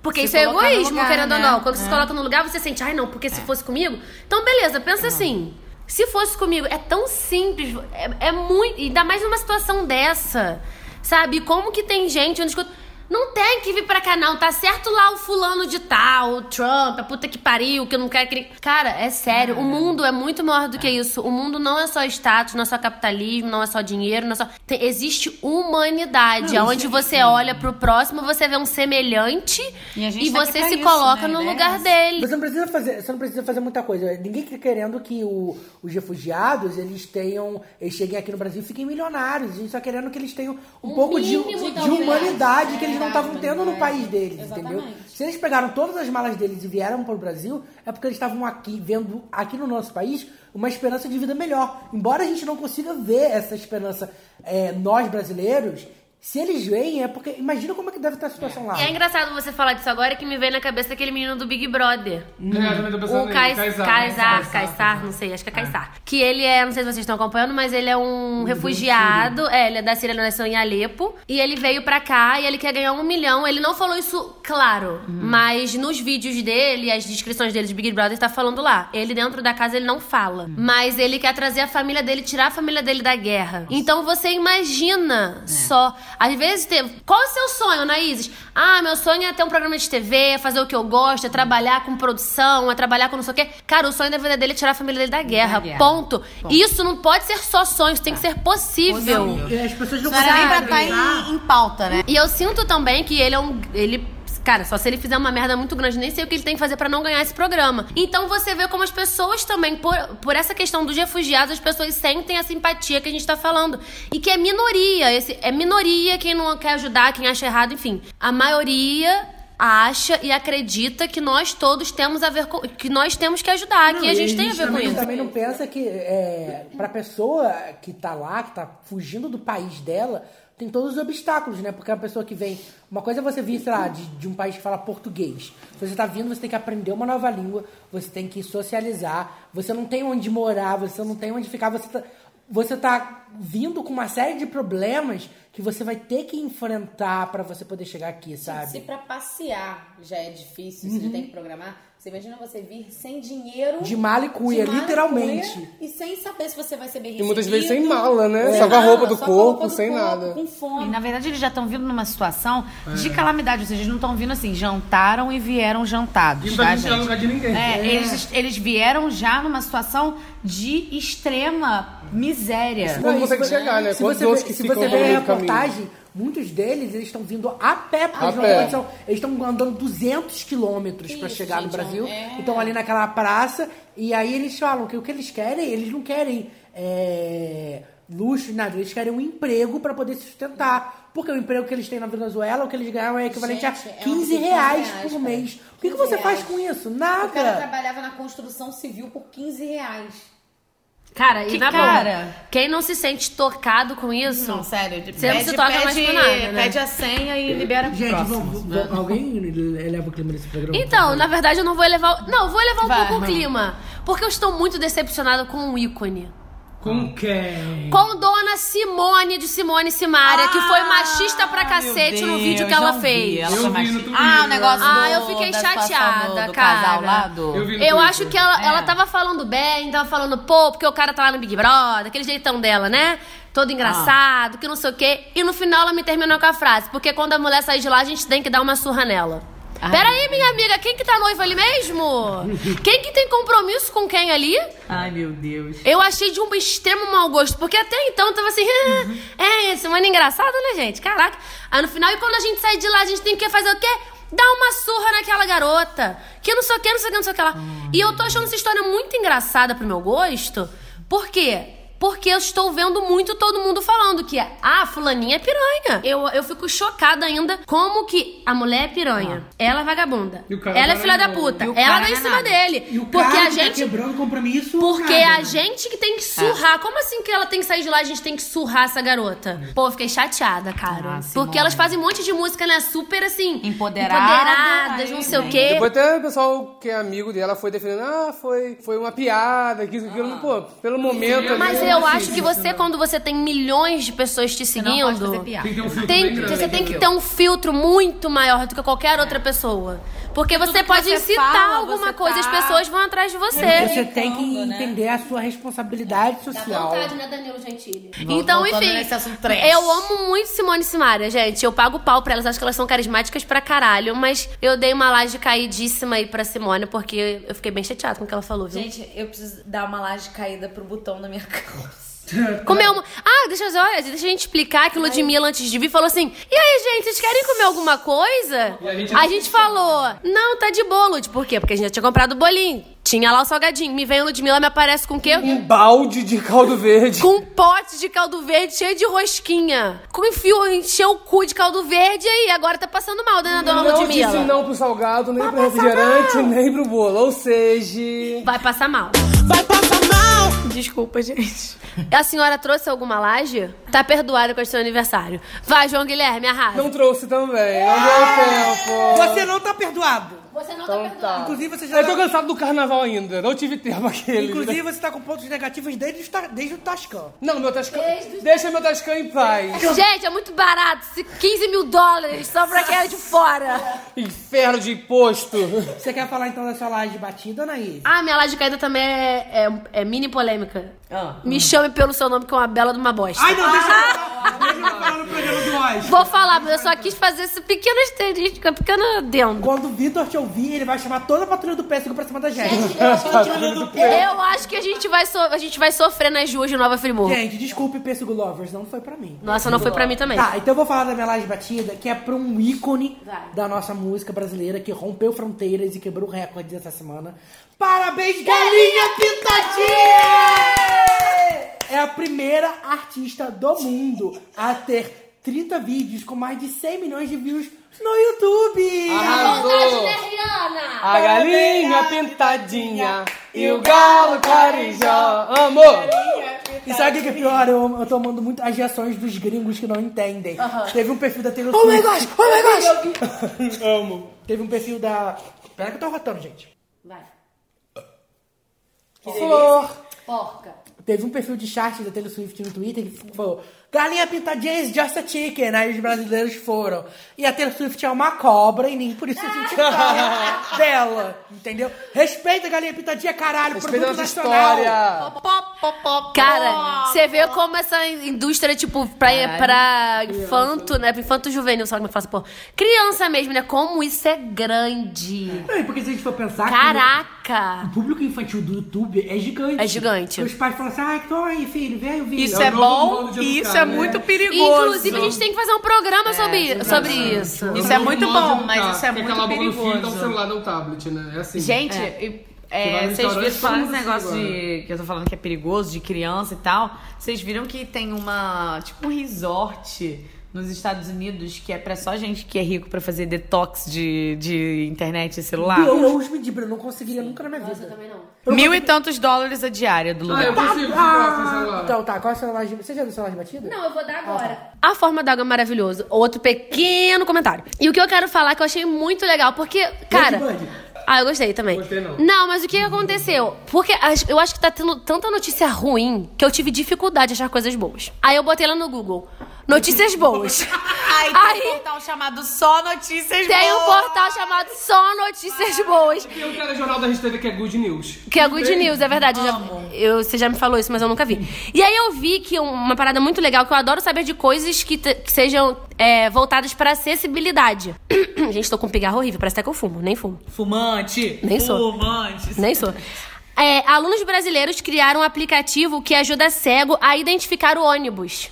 S7: Porque
S8: Se
S7: isso é
S8: colocar no
S7: egoísmo,
S8: lugar,
S7: querendo ou
S8: né?
S7: não. Quando você
S8: É.
S7: se coloca no lugar, você sente, ai não, porque se fosse comigo. Então,
S8: Tá
S7: beleza, pensa assim. Se fosse comigo, é tão simples, é, é muito. Ainda mais numa situação dessa. Sabe? Como que tem gente, eu não escuto. Não tem que vir pra cá, não. Tá certo lá o fulano de tal, o Trump, a puta que pariu, que eu não quero que. ele- Cara, é sério, o mundo é muito maior do que isso. O mundo não é só status, não é só capitalismo, não é só dinheiro, não é só. Tem- existe humanidade.
S8: Não,
S7: onde
S8: isso- é
S7: você olha pro próximo, você vê um semelhante
S8: E a gente
S7: e
S8: tá aqui
S7: você
S8: pra
S7: se
S8: isso, né?
S7: coloca no
S8: Né?
S7: lugar dele.
S1: Você não precisa fazer, você não precisa fazer muita coisa. Ninguém tá querendo que o- os refugiados eles tenham, eles cheguem aqui no Brasil e fiquem milionários. A gente tá querendo que eles tenham um, pouco de,
S25: mínimo,
S1: de- de
S25: talvez.
S1: humanidade que
S25: É,
S1: eles não estavam tendo no país deles, entendeu?
S25: Exatamente.
S1: Se eles pegaram todas as malas deles e vieram para o Brasil, é porque eles estavam aqui vendo aqui no nosso país uma esperança de vida melhor. Embora a gente não consiga ver essa esperança, é, nós brasileiros, se eles veem é porque imagina como é que deve estar a situação lá.
S7: E é engraçado você falar disso agora que me veio na cabeça aquele menino do Big Brother.
S9: eu também tô
S7: o
S9: pensando
S11: né?
S9: nele,
S7: Kais-
S9: Kaysar.
S7: Kaysar, Kaysar, não sei, acho que é Kaysar. Que ele é, não sei se vocês estão acompanhando, mas ele é um refugiado. É, ele é da Síria, ele nasceu em Alepo. E ele veio pra cá e ele quer ganhar um milhão. Ele não falou isso claro, mas nos vídeos dele, as descrições dele de Big Brother, tá falando lá. Ele dentro da casa, ele não fala. Mas ele quer trazer a família dele, tirar a família dele da guerra. Então você imagina só. Às vezes, tem... qual é o seu sonho, Naíses? Ah, meu sonho é ter um programa de TV, é fazer o que eu gosto, é trabalhar com produção, é trabalhar com não sei o quê. Cara, o sonho da vida dele é tirar a família dele da guerra.
S1: guerra.
S7: Ponto. Isso não pode ser só sonho, isso tem que ser possível.
S1: E As pessoas não
S7: Não era nem pra
S1: conseguem
S7: tá em-
S1: pensar.
S8: Em pauta, né?
S7: E eu sinto também que ele é um. Ele. Cara, só se ele fizer uma merda muito grande, nem sei o que ele tem que fazer pra não ganhar esse programa. Então você vê como as pessoas também, por, por essa questão dos refugiados, as pessoas sentem essa empatia que a gente tá falando. E que é minoria. Esse, é minoria quem não quer ajudar, quem acha errado, enfim. A maioria
S9: acha e acredita que nós todos temos a ver com, que nós temos que ajudar, que a gente tem a ver com
S1: também,
S9: isso.
S1: também não pensa que é, pra pessoa que tá lá, que tá fugindo do país dela, tem todos os obstáculos, né? Porque a pessoa que vem. Uma coisa é você vir, sei lá, de, de um país que fala português. Se você tá vindo, você tem que aprender uma nova língua, você tem que socializar, você não tem onde morar, você não tem onde ficar, você tá. Você tá vindo com uma série de problemas que você vai ter que enfrentar pra você poder chegar aqui,
S13: Se
S1: sabe?
S13: pra passear já é difícil, você
S1: Uhum.
S13: tem que programar. Você imagina você vir sem dinheiro.
S1: De mala e cuia,
S13: de mala e
S1: literalmente.
S13: cuia, E sem saber se você vai ser
S11: E
S13: bem recebido.
S11: muitas vezes sem mala, né?
S13: Sem
S11: Só com a
S13: mala,
S11: roupa do
S13: só com Ah, a roupa
S11: corpo,
S13: do
S11: sem
S13: corpo,
S11: nada.
S13: Com fome.
S12: E, na verdade, eles já estão vindo numa situação de
S13: É.
S12: calamidade. Ou seja, eles não estão vindo assim, jantaram e vieram jantados.
S2: E não
S12: tá,
S2: tá vindo tirar
S12: gente?
S2: lugar de ninguém.
S12: É,
S2: É.
S12: Eles, eles vieram já numa situação de extrema miséria.
S1: Não, isso foi- Se você, vê, se você vê a reportagem, muitos deles eles estão vindo a pé, porque
S12: A
S1: eles não
S12: pé.
S1: têm condição. Eles estão andando 200 quilômetros para
S12: Isso,
S1: chegar no
S12: gente,
S1: Brasil.
S12: é.
S1: Então ali naquela praça e aí eles falam que o que eles querem, eles não querem é, luxo, nada. Eles querem um emprego para poder se sustentar. Porque o emprego que eles têm na Venezuela, o que eles ganham é equivalente
S13: Gente, é
S1: a 15
S13: uma coisa de
S1: reais,
S13: 15
S1: por
S13: reais,
S1: mês. O que, que
S13: 15
S1: você faz
S13: reais.
S1: com isso?
S13: O cara
S12: tá-
S1: Nada.
S13: trabalhava na construção civil por 15 reais.
S9: Cara,
S13: Que
S9: e na
S13: cara?
S9: boa, quem não se sente tocado com isso? Não,
S12: sério.
S9: Você não se toca mais com nada, né?
S12: senha e libera
S1: Gente, vamos- vamos- alguém eleva o clima desse programa?
S9: Então, na verdade, eu não vou elevar. o- Não, eu vou
S7: é
S9: elevar um
S1: Vai,
S9: pouco
S1: vai.
S9: o clima. Porque eu estou muito decepcionada com um ícone.
S1: Ah.
S2: Com quem?
S9: Com Dona Simone de Simone Simaria, que foi machista pra cacete no
S12: Deus,
S9: vídeo que
S12: eu
S9: ela
S12: vi,
S9: fez.
S12: ela
S8: tá
S12: foi Eu vi machista. no Twitter.
S9: ah, o negócio
S12: Ah,
S9: do,
S12: eu
S9: eu
S12: fiquei
S9: fiquei
S12: chateada,
S9: chateada,
S12: cara.
S9: cara.
S12: Eu
S9: Eu,
S12: vi no Twitter. É.
S9: acho que ela, ela tava falando bem, tava falando, pô, porque o cara tá lá no Big Brother, aquele jeitão dela, né? Todo engraçado, que não sei o quê. E no final ela me terminou com a frase, porque quando a mulher sair de lá, a gente tem que dar uma surra nela.
S12: Ah.
S9: Peraí, minha amiga, quem que tá noiva ali mesmo? Quem que tem compromisso com quem ali?
S8: Ai, meu Deus.
S9: Eu achei de um extremo mau gosto, porque até então eu tava assim, é, semana engraçada, né, gente? Caraca. Aí no final, e quando a gente sai de lá, a gente tem que fazer o quê? Dar uma surra naquela garota. Que não sei o que, não sei o que, não sei o que lá. E eu tô achando essa história muito engraçada pro meu gosto. Por quê? Porque eu estou vendo muito todo mundo falando que, ah, fulaninha é piranha. Eu, eu fico chocada ainda como que a mulher é piranha. Ela é vagabunda.
S1: Ah. cara
S9: Ela é
S1: não
S9: filha
S1: é
S9: da
S1: nada.
S9: puta.
S1: E o
S9: Ela
S1: cara
S9: dá
S1: não
S9: em
S1: é
S9: cima
S1: nada.
S9: dele.
S1: E o
S9: porque
S1: cara
S9: a
S1: que tá
S9: gente.
S1: quebrando compromisso.
S9: Porque
S1: nada,
S9: a gente que tem que surrar. Como assim que ela tem que sair de lá e a gente tem que surrar essa garota? Pô, eu fiquei chateada, cara. Porque elas fazem um monte de música, né? Super assim. Empoderadas. Empoderadas, não sei o quê.
S11: Depois até o pessoal que é amigo dela foi defendendo, ah, foi, foi uma piada, que, que,
S13: Ah.
S11: pô, pelo momento... ali,
S9: Mas
S11: não
S9: eu
S11: achei
S9: acho que
S11: isso,
S9: você, quando você tem milhões de pessoas te
S12: não pode
S9: seguindo,
S12: fazer piada. Tem que ter um filtro
S9: tem-
S12: bem grande,
S9: você tem
S12: entendeu?
S9: que ter um filtro muito maior do que qualquer outra pessoa. É. Porque você tá pode incitar alguma coisa e as pessoas vão atrás de você.
S1: Você tem que entender a sua responsabilidade social.
S9: né, Danilo Gentili?
S1: Vol-
S9: então,
S1: voltando
S9: enfim,
S1: nesse assunto trash.
S9: eu amo muito Simone e Simaria, gente. Eu pago pau pra elas, acho que elas são carismáticas pra caralho, mas eu dei uma laje caidíssima aí pra Simone, porque eu fiquei bem chateada com o que ela falou, viu?
S8: Gente, eu preciso dar uma laje caída pro botão da minha calça.
S9: Comeu uma... Ah, deixa eu... Olha, deixa a gente explicar que Ludmilla, antes de vir, falou assim... E aí, gente, vocês querem comer alguma coisa?
S8: E a
S9: a
S8: gente
S9: gente,
S8: não
S9: falou... Não, tá de boa, Lud. Por quê? Porque a gente já tinha comprado o bolinho. Tinha lá o salgadinho. Me vem o Ludmilla, me aparece com o quê?
S11: Um balde de caldo verde.
S9: Com um pote de caldo verde cheio de rosquinha. Com enfio, encheu o cu de caldo verde e aí agora tá passando mal, né, dona
S11: Não
S9: Ludmilla?
S11: disse não pro salgado,
S13: Tá
S11: nem pro refrigerante, nem pro bolo. Ou seja...
S9: Vai passar mal. Vai passar mal! Desculpa, gente. A senhora trouxe alguma laje? Tá perdoada com o seu aniversário. Vai, João Guilherme, arrasa.
S11: Não trouxe também. Não
S13: Ah!
S11: deu tempo.
S1: Você não tá perdoado.
S9: Você não
S11: tá perdoado.
S1: Inclusive, você já...
S11: Eu tô cansado do carnaval ainda. Não tive tempo aquele.
S1: Inclusive, você tá com pontos negativos desde, o ta- desde o Tascan.
S11: Não, meu Tascan... Deixa meu Tascan em paz.
S9: Gente, é muito barato. se- 15 mil dólares só pra quem é de fora.
S11: Inferno de imposto.
S1: Você quer falar então da sua laje batida, Anaí?
S9: Ah, minha laje caída também é, é- é mini polêmica. Me chame pelo seu nome, que é uma bela de uma bosta.
S1: Ai, não, deixa eu falar. Deixa eu falar no programa do Oz.
S9: Vou falar, mas eu só quis fazer esse pequeno asterisco, um pequeno adendo.
S1: Quando o Vitor te ouvir, ele vai chamar toda a patrulha do péssimo pra cima da gente.
S9: Eu acho que a gente vai, so- a gente vai sofrer nas ruas de Nova Friburgo.
S1: Gente, desculpe, Pêssego Lovers, não foi pra mim.
S9: Nossa, não foi pra mim também.
S1: Tá, então eu vou falar da minha laje batida, que é pra um ícone da nossa música brasileira que rompeu fronteiras e quebrou recordes essa semana. Parabéns, Galinha Pintadinha! É a primeira artista do mundo a ter 30 vídeos com mais de 100 milhões de views no YouTube!
S11: Arrasou! A vontade da
S1: Rihanna!
S11: A galinha pintadinha e o galo carijó. Amor!
S1: E sabe o que é pior? Eu, eu tô amando muito as reações dos gringos que não entendem.
S11: Aham.
S1: Teve um perfil da Taylor
S11: Oh my
S1: Swift.
S11: gosh! Oh my gosh!
S1: Amo. Teve um perfil da. Pera que eu tô rotando, gente.
S7: Vai.
S1: Que
S7: delícia. Porca.
S1: Teve um perfil de chat da Taylor Swift no Twitter que falou: Galinha pintadinha is just a chicken. Aí os brasileiros foram. E a Taylor Swift é uma cobra e nem por isso a gente fala dela. Entendeu? Respeita a galinha pintadinha, caralho.
S11: Respeita
S1: produto
S11: a nossa
S1: nacional.
S11: história.
S9: Cara, você vê como essa indústria, tipo, pra,
S1: Caralho.
S9: pra infanto, né? Pra infanto juvenil, só que eu faço, pô. Criança mesmo, né? Como isso é grande.
S1: Não, e porque se a gente for pensar. que-
S9: Caraca!
S1: O público infantil do YouTube é gigante.
S9: É gigante.
S1: Os pais falam assim, ah, toma aí, filho, vem aí o vídeo.
S12: Isso é
S1: o novo modo
S12: bom
S1: de
S12: e
S1: educar,
S12: isso é
S1: né?
S12: muito perigoso.
S9: Inclusive, a gente tem que fazer um programa sobre,
S12: exato.
S9: sobre isso.
S12: Isso é muito bom, mas
S2: Tá,
S12: isso é
S2: que
S12: muito
S2: aquela bola no filho, dá um
S12: perigoso.
S2: celular, dá um tablet, né? É assim.
S8: Gente, e- é, vocês viram falar
S2: esse
S8: esse negócio de, que eu tô falando que é perigoso, de criança e tal. Vocês viram que tem uma. Tipo um resort nos Estados Unidos que é pra só gente que é rico pra fazer detox de, de internet e celular?
S1: Deus me livre, Ah, eu não conseguiria nunca na minha vida. eu também não.
S8: Mil e tantos dólares a diária do
S2: Ah,
S8: lugar.
S12: Tá
S1: Então tá, qual é o celular de... Você já deu celular de batida? Não,
S7: eu vou dar agora.
S9: A forma d'água é maravilhoso. Outro pequeno comentário. E o que eu quero falar que eu achei muito legal, porque, cara. Ah, eu gostei também. Gostei
S2: não.
S9: Não, mas o que aconteceu? Porque as- eu acho que tá tendo tanta notícia ruim que eu tive dificuldade de achar coisas boas. Aí eu botei lá no Google. Notícias boas.
S8: Aí tem um
S12: tá
S8: portal chamado Só Notícias
S9: Tem um
S8: Boas.
S9: portal chamado Só Notícias Boas.
S2: Tem um cara jornal da Rede TV que é Good News.
S9: Que é Good News, é verdade. eu já- eu- você já me falou isso, mas eu nunca vi. E aí eu vi que um- uma parada muito legal, que eu adoro saber de coisas que, te- que sejam é, voltadas pra acessibilidade. Gente, tô com um pigarro horrível, parece até que eu fumo, nem fumo.
S8: Fumante.
S9: Nem sou.
S8: Fumante.
S9: Nem sou. É, alunos brasileiros criaram um aplicativo que ajuda cego a identificar o ônibus.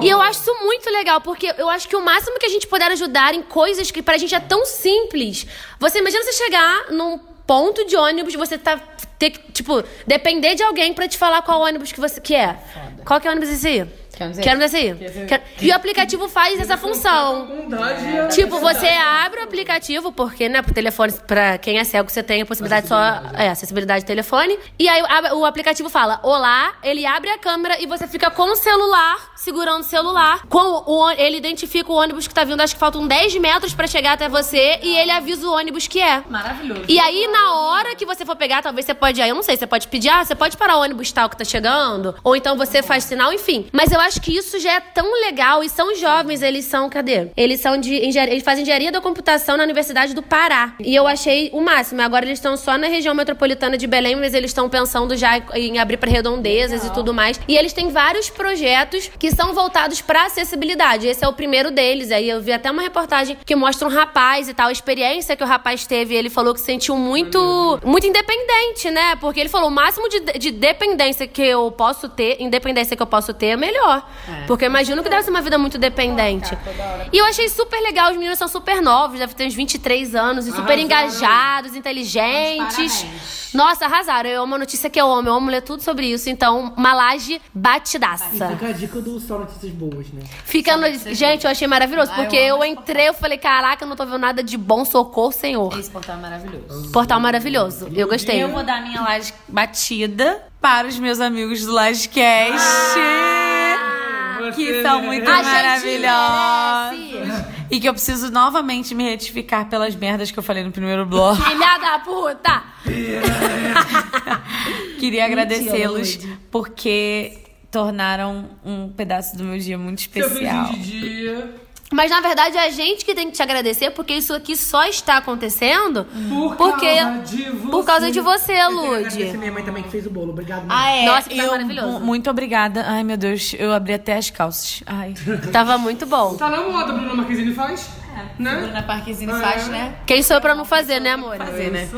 S9: E eu acho isso muito legal, porque eu acho que o máximo que a gente puder ajudar em coisas que pra gente é tão simples. Você imagina você chegar num ponto de ônibus, você tá ter que, tipo, depender de alguém pra te falar qual ônibus que você que é. Qual que é o ônibus esse aí?
S8: dizer-
S9: Quero desse É um aí. Quero- E o aplicativo faz essa função.
S2: É.
S9: Tipo, você abre o aplicativo, porque, né, pro telefone, pra quem é cego, você tem a possibilidade só. É, acessibilidade de telefone. E aí a- o aplicativo fala: Olá, ele abre a câmera e você fica com o celular, segurando o celular. Com o, ô- ele identifica o ônibus que tá vindo, acho que faltam 10 metros pra chegar até você, e ele avisa o ônibus que é.
S8: Maravilhoso.
S9: E aí, na hora que você for pegar, talvez você pode, ah, eu não sei, você pode pedir, ah, você pode parar o ônibus tal que tá chegando, ou então você faz sinal, enfim. Mas eu acho que isso já é tão legal e são jovens, eles são, cadê? Eles são de engenharia, eles fazem engenharia da computação na Universidade do Pará. E eu achei o máximo. Agora eles estão só na região metropolitana de Belém, mas eles estão pensando já em abrir pra redondezas e tudo mais. E eles têm vários projetos que são voltados pra acessibilidade. Esse é o primeiro deles. Aí eu vi até uma reportagem que mostra um rapaz e tal, a experiência que o rapaz teve. Ele falou que se sentiu muito, muito independente, né? Porque ele falou: o máximo de, de dependência que eu posso ter, independência que eu posso ter, é melhor. Porque eu imagino que deve ser uma vida muito dependente. E eu achei super legal. Os meninos são super novos, devem ter uns 23 anos e super
S7: Arrasaram.
S9: engajados, inteligentes. Nossa, arrasaram. É uma notícia que eu amo. Eu amo ler é tudo sobre isso. Então, uma laje batidaça.
S1: E fica a dica do Só Notícias Boas, né?
S9: Fica no... Gente, eu achei maravilhoso,
S1: Ah,
S9: porque
S1: eu
S9: eu, entrei eu falei, caraca, eu não tô vendo nada de bom, socorro, senhor.
S8: Esse portal é maravilhoso.
S9: Portal maravilhoso, eu gostei.
S8: Eu vou dar minha laje batida para os meus amigos do Lajecast. que são muito
S9: merece. A gente
S8: maravilhosos. E que eu preciso novamente me retificar pelas merdas que eu falei no primeiro bloco.
S9: Filha da puta!
S8: Queria
S9: Mentira,
S8: agradecê-los
S9: Luíde.
S8: porque tornaram um pedaço do meu dia muito especial.
S9: Mas na verdade é a gente que tem que te agradecer, porque isso aqui só está acontecendo
S1: Por
S9: porque...
S1: causa de você.
S9: por causa de você,
S1: Eu queria
S9: Lud.
S1: agradecer minha mãe também que fez o bolo. Obrigado, mãe.
S8: Ah, é.
S9: Nossa, que tá
S8: Eu-
S9: maravilhoso.
S8: mu- Muito obrigada. Ai, meu Deus, eu abri até as calças. Ai.
S9: Tava muito bom.
S2: Tá na moda, Bruna Marquezine faz? É. Né?
S8: Bruna
S9: Ah,
S8: Marquezine
S2: faz,
S9: é?
S2: né?
S9: Quem sou eu pra não fazer, né, amor?
S8: Fazer, né?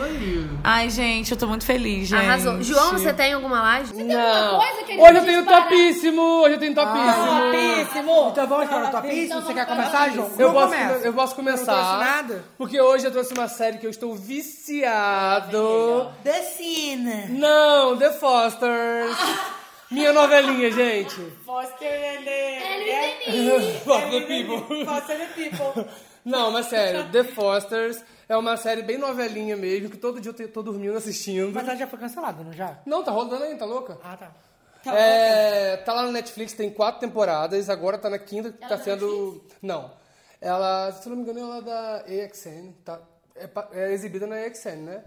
S8: Ai, gente, eu tô muito feliz, gente.
S9: Arrasou. João, você tem alguma laje? Você tem alguma coisa que
S11: Hoje eu tenho topíssimo! Hoje eu tenho topíssimo!
S1: Topíssimo! Então vamos para o topíssimo? Você quer começar, João?
S11: Eu
S1: Não
S11: posso,
S1: começa.
S11: eu posso começar.
S1: Não trouxe nada?
S11: Porque hoje eu trouxe uma série que eu estou viciado.
S1: The Sin.
S11: Não, The Fosters. Minha novelinha, gente.
S7: Foster and the...
S11: Fuck the people.
S7: Foster and the people.
S11: Não, mas sério, The Fosters é uma série bem novelinha mesmo, que todo dia eu te- tô dormindo assistindo.
S1: Mas ela já foi cancelada, não já?
S11: Não, tá rolando ainda, tá louca?
S1: Ah, tá.
S11: É, tá lá no Netflix, tem quatro temporadas, agora tá na quinta, que tá sendo. Não. Ela, se eu não me engano, ela é da EXN. Tá, é, pa- é exibida na EXN, né?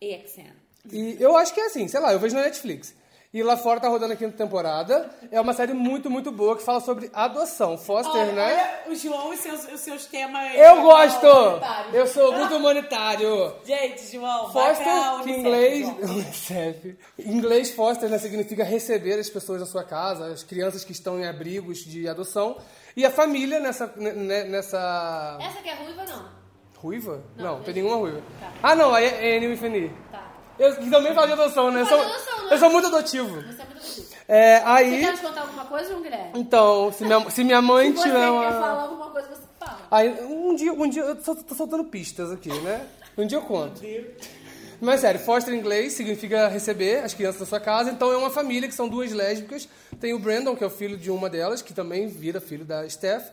S13: EXN.
S11: E eu acho que é assim, sei lá, eu vejo na Netflix. E lá fora tá rodando a quinta temporada. É uma série muito, muito boa que fala sobre adoção. Foster,
S7: Olha,
S11: né?
S7: olha o João e seus, os seus temas...
S11: Eu gosto!
S7: humanitários.
S11: Eu sou muito humanitário.
S7: Gente, João, vai pra
S11: Foster,
S7: Unicef,
S11: que em inglês.
S7: João.
S11: Unicef. Em inglês, foster né, significa receber as pessoas na sua casa, as crianças que estão em abrigos de adoção. E a família nessa. ne- ne- nessa.
S7: Essa que é ruiva, não. Tá.
S11: Ruiva? Não, tem nenhuma ruiva. Ah, não, aí é Annie Infini. Tá. Eu que também falo de adoção, né? Eu sou,
S7: Fala de adoção, né?
S11: eu sou muito adotivo.
S7: Você é muito bonito.
S11: É,
S7: Você
S11: aí.
S7: quer nos contar alguma coisa, João Guilherme?
S11: Então, se minha, se minha mãe
S7: Se você
S11: tiver uma.
S7: quer falar alguma coisa, você fala.
S11: Aí, um dia, um dia, eu só tô soltando pistas aqui, né? Um dia eu conto. Mas sério, foster em inglês significa receber as crianças da sua casa, então é uma família que são duas lésbicas. Tem o Brandon, que é o filho de uma delas, que também vira filho da Steph.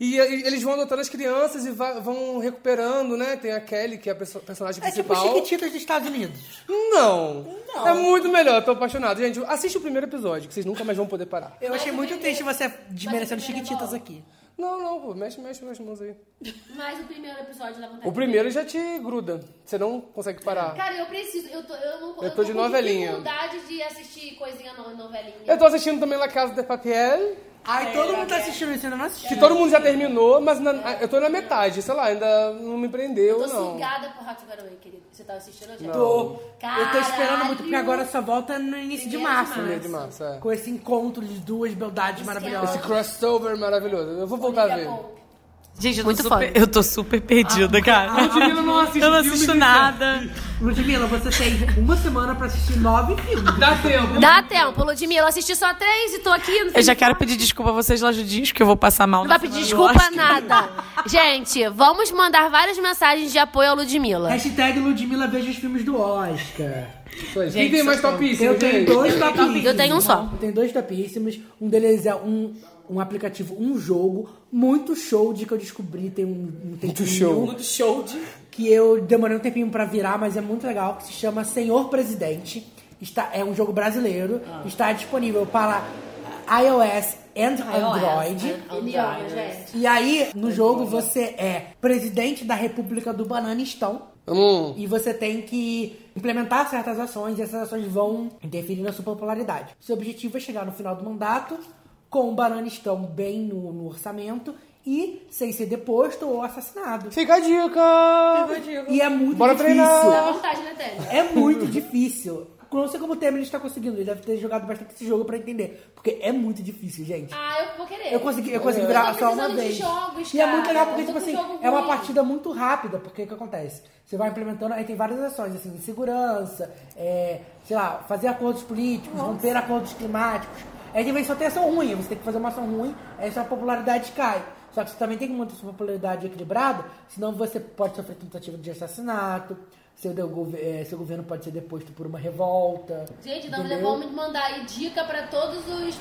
S11: E, e eles vão adotando as crianças e va- vão recuperando, né? Tem a Kelly, que é a perso- personagem
S1: É tipo
S11: principal.
S1: Chiquititas dos Estados Unidos.
S11: Não. É muito melhor, eu tô apaixonado. Gente, assiste o primeiro episódio, que vocês nunca mais vão poder parar.
S1: Eu achei muito triste você desmerecendo Chiquititas aqui.
S11: Não, não, pô, mexe, mexe meus mãos aí.
S7: Mas o primeiro episódio da vontade.
S11: O primeiro já te gruda, você não consegue parar.
S7: É, Cara, eu preciso. Eu tô, eu não,
S11: Eu tô de
S7: com
S11: novelinha.
S7: dificuldade de assistir coisinha no, novelinha.
S11: Eu tô assistindo também La Casa de Papel.
S1: Ai, todo mundo tá assistindo isso, ainda não assistiu.
S11: Que todo mundo já terminou, mas na- eu tô na metade, sei lá, ainda não me
S7: Eu
S11: prendeu,
S7: tô
S11: não.
S7: sugada por Rato Garoê, querido. Você tá assistindo hoje?
S1: Tô. Eu tô esperando muito, porque agora só volta é no início de
S7: Primeiro de
S1: março, né?
S11: Primeiro de março, é.
S1: Com esse encontro de duas beldades maravilhosas.
S11: Esse crossover maravilhoso. Eu vou voltar a ver.
S8: Gente, eu tô,
S1: Muito
S8: super,
S1: foda.
S8: eu tô super perdida, cara.
S1: Ludmilla não assiste
S8: Eu não
S1: filme
S8: assisto
S1: de
S8: nada.
S1: Ludmilla, você tem uma semana pra assistir nove filmes.
S11: Dá tempo.
S9: Dá tempo, Ludmilla. Eu assisti só três e tô aqui. não
S8: Eu
S9: sei
S8: já quero pedir desculpa a vocês, Lajudinhos, que eu vou passar mal.
S9: Não vai pedir desculpa nada. Gente, vamos mandar várias mensagens de apoio à Ludmilla.
S1: Hashtag Ludmilla veja os filmes do Oscar.
S11: Quem tem mais topíssimos,
S1: Eu tenho
S11: gente?
S1: dois topíssimos.
S9: Eu tenho um só.
S1: Eu tenho dois topíssimos. Um deles é um, um aplicativo, um jogo, muito show de que eu descobri tem um, um tempinho.
S11: show.
S13: Muito show de.
S1: que eu demorei um tempinho pra virar, mas é muito legal, que se chama Senhor Presidente. Está, é um jogo brasileiro, está disponível para iOS and Android.
S9: é,
S7: Ele ama, gente.
S1: E aí, no jogo, você é presidente da República do Bananistão.
S11: Hum.
S1: E você tem que implementar certas ações e essas ações vão interferir na sua popularidade. Seu objetivo é chegar no final do mandato com o Bananistão bem no, no orçamento e sem ser deposto ou assassinado.
S11: Fica a dica!
S1: E é muito
S11: Bora
S1: difícil.
S11: treinar!
S7: Dá vontade, né, Tênis?
S1: É muito difícil. Não sei como o Temer está conseguindo. Ele deve ter jogado bastante esse jogo pra entender. Porque é muito difícil, gente.
S7: Ah, eu vou querer.
S1: Eu consegui, eu consegui virar
S7: tô
S1: só uma
S7: precisando de
S1: vez.
S7: jogos,
S1: e é
S7: cara.
S1: muito legal
S7: Eu
S1: porque,
S7: tô
S1: tipo
S7: com
S1: assim,
S7: jogo
S1: é uma
S7: ruim.
S1: partida muito rápida. Porque o que acontece? Você vai implementando, aí tem várias ações, assim, segurança, é, sei lá, fazer acordos políticos, romper acordos climáticos. Aí tem vez só tem ação ruim, você tem que fazer uma ação ruim, aí sua popularidade cai. Só que você também tem que manter sua popularidade equilibrada, senão você pode sofrer tentativa de assassinato, seu, deu- gove- eh, seu governo pode ser deposto por uma revolta.
S7: Gente, não,
S1: entendeu?
S7: vamos mandar aí dica pra todos os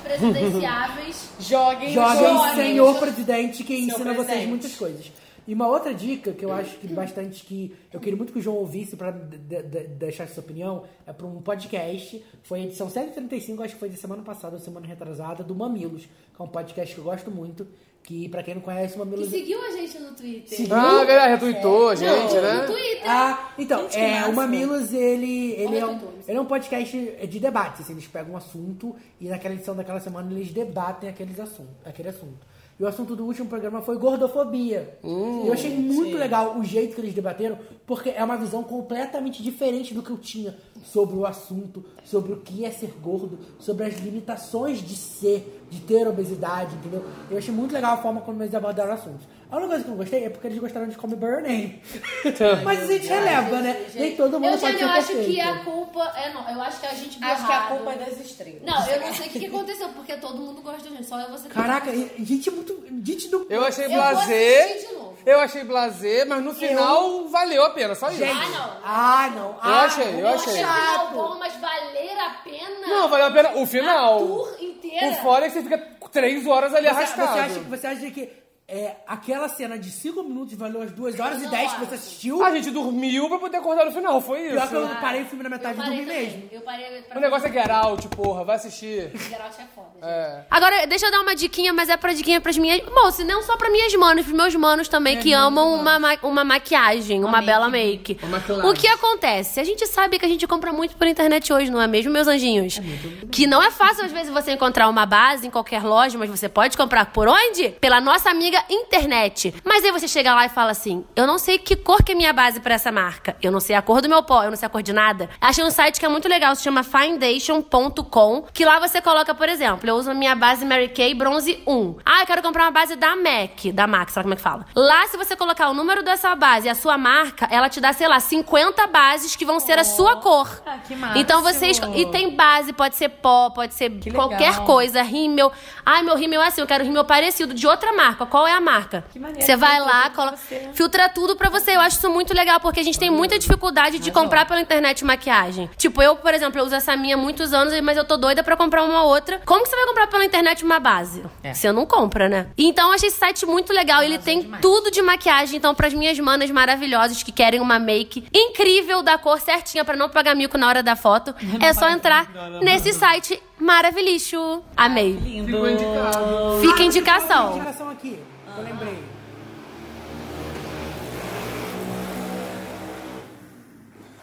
S7: presidenciáveis.
S13: Joguem,
S1: Jovem senhor presidente que
S13: Senhor
S1: ensina vocês
S13: presidente.
S1: muitas coisas. E uma outra dica que eu acho que bastante que eu queria muito que o João ouvisse pra de- de- de- deixar sua opinião é para um podcast. Foi a edição 135, acho que foi de semana passada ou semana retrasada, do Mamilos, que é um podcast que eu gosto muito. Que pra quem não conhece, o
S7: Que
S1: Mamilos. é
S7: seguiu a gente no Twitter.
S1: Seguiu?
S11: Ah, a galera retuitou a
S7: Não,
S11: gente,
S7: No
S11: né?
S7: Twitter.
S1: Ah, então,
S7: Gente, que
S1: é, o
S7: massa.
S1: Mamilos, ele, ele, é um,
S7: Olha, dois.
S1: ele é um podcast de debates. Eles pegam um assunto e naquela edição daquela semana eles debatem aqueles assuntos, aquele assunto. E o assunto do último programa foi gordofobia. e eu achei
S7: Hum,
S1: muito legal o jeito que eles debateram, porque é uma visão completamente diferente do que eu tinha sobre o assunto, sobre o que é ser gordo, sobre as limitações de ser de ter obesidade, entendeu? Eu achei muito legal a forma como eles abordaram assuntos. A única coisa que eu não gostei é porque eles gostaram de comer Burn Name. Mas a gente releva, né? Nem todo mundo
S7: assim, eu,
S1: pode
S7: Jane,
S1: ser
S7: eu acho
S1: perfeito.
S7: que a culpa. É, não, eu acho que a gente viu
S13: Acho que a
S7: errado.
S13: culpa é das estrelas.
S7: Não, eu não sei o que, que aconteceu, porque todo mundo gosta de gente, só é você que
S1: Caraca, e- gente é muito. Gente do.
S11: Eu achei
S7: vou
S11: blazer.
S7: assistir de novo.
S11: Eu achei blazer, mas no final valeu a pena, só isso.
S1: Ah, não.
S11: Eu achei, eu achei.
S7: Não, bom, mas valer a pena?
S11: Não, valeu a pena o final.
S7: tour inteira?
S11: O fora é que você fica três horas ali
S1: Você-
S11: é arrastado.
S1: Você acha, você acha que é, aquela cena de 5 minutos valeu as 2 horas e 10 que você assistiu?
S11: A gente dormiu pra poder acordar no final, foi isso.
S1: Pior que eu parei o filme na metade e
S7: parei
S1: dormi
S7: também.
S1: mesmo.
S7: Eu parei pra
S11: O negócio é Get Out, porra, vai assistir.
S7: Geralt é foda.
S11: É.
S9: Agora, deixa eu dar uma diquinha, mas é pra diquinha pras minhas. Bom, se não só pra minhas manos, pros meus manos também, que
S1: né?
S9: amam uma, ma- uma maquiagem, uma, bela make. O que acontece? A gente sabe que a gente compra muito por internet hoje, não é mesmo, meus anjinhos? Que não é fácil, às vezes, você encontrar uma base em qualquer loja, mas você pode comprar por onde? Pela nossa amiga internet. Mas aí você chega lá e fala assim: eu não sei que cor que é minha base pra essa marca. Eu não sei a cor do meu pó, eu não sei a cor de nada. Achei um site que é muito legal, se chama foundation.com, que lá você coloca, por exemplo, eu uso a minha base Mary Kay Bronze 1. Ah, eu quero comprar uma base da MAC, da MAC, sei lá como é que fala. Lá, se você colocar o número dessa base e a sua marca, ela te dá, sei lá, 50 bases que vão ser a sua cor.
S12: que
S9: Então vocês. E tem base, pode ser pó, pode ser
S12: legal.
S9: qualquer coisa, rímel. Ai, meu rímel é assim, eu quero rímel parecido de outra marca. Qual é a marca?
S12: maneiro,
S9: Você vai
S12: filtra
S9: lá,
S12: tudo pra
S9: coloca.
S12: você.
S9: Filtra tudo pra você. Eu acho isso muito legal, porque a gente tem muita dificuldade de comprar pela internet maquiagem. Tipo, eu, por exemplo, eu uso essa minha há muitos anos, mas eu tô doida pra comprar uma outra. Como que você vai comprar pela internet uma base? Você não compra, né? Então eu achei esse site muito legal. Ele tem tudo de maquiagem, então, pras minhas manas maravilhosas que querem uma make incrível da cor certinha pra não pagar mico na hora da foto. É só entrar nesse site maravilhoso. Amei.
S1: Ficou indicado.
S9: Fica a
S11: Então.
S9: indicação.
S1: indicação aqui, eu lembrei.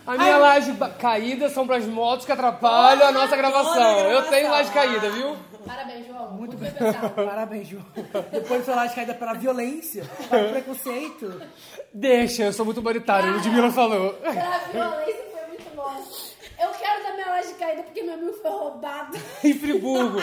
S11: A minha
S1: Ai.
S11: laje ba- caída são pras motos que atrapalham a nossa gravação. Eu tenho laje caída, viu?
S7: Parabéns, João.
S1: Muito bem pensado. Parabéns, João. Depois de falar de caída pela violência, pelo preconceito.
S11: Deixa, eu sou muito humanitário,
S1: Ah.
S11: Ludmilla falou.
S7: Pra violência foi muito bom. Eu quero da minha laje caída porque meu amigo foi roubado.
S11: Em Friburgo.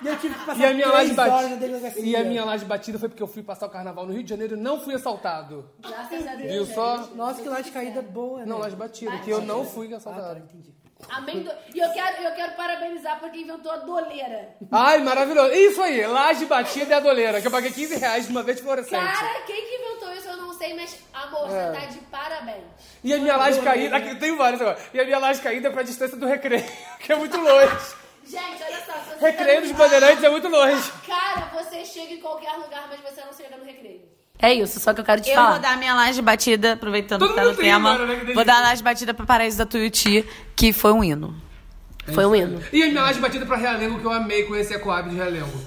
S1: E eu tive que passar
S11: E a minha
S1: três
S11: laje
S1: horas na
S11: batida.
S1: delegacia.
S11: E a minha laje batida foi porque eu fui passar o carnaval no Rio de Janeiro e não fui assaltado.
S7: Graças a Deus.
S11: Viu
S7: gente.
S11: só?
S1: Nossa, que laje caída boa, né?
S11: Não, laje batida, que eu não fui assaltado.
S1: Ah,
S7: Amendo... E eu quero, eu quero parabenizar porque inventou a doleira.
S1: tá.
S11: Ai, maravilhoso. Isso aí, laje batida é a doleira, que eu paguei 15 reais de uma vez fluorescente.
S7: Cara, quem que inventou isso eu não sei, mas amor,
S11: É.
S7: você tá de parabéns.
S11: E a minha laje caída, aqui tem várias agora. E a minha laje caída é pra distância do recreio, que é muito longe.
S7: Gente, olha só. se Você
S11: Recreio
S7: tá
S11: dos
S7: no-
S11: Bandeirantes é muito longe.
S7: Cara, você chega em qualquer lugar, mas você não chega no recreio.
S8: É isso, só que eu quero
S9: te
S8: eu
S9: falar.
S8: vou dar minha laje batida, aproveitando
S9: Todo
S8: que tá
S9: mundo
S8: no
S9: tem
S8: tema.
S9: agora, né, que delícia.
S8: vou dar a laje batida pra Paraíso da Tuiuti, que foi um hino. Foi um hino.
S11: E a minha laje batida pra Realengo, que eu amei conhecer a Coab de Realengo.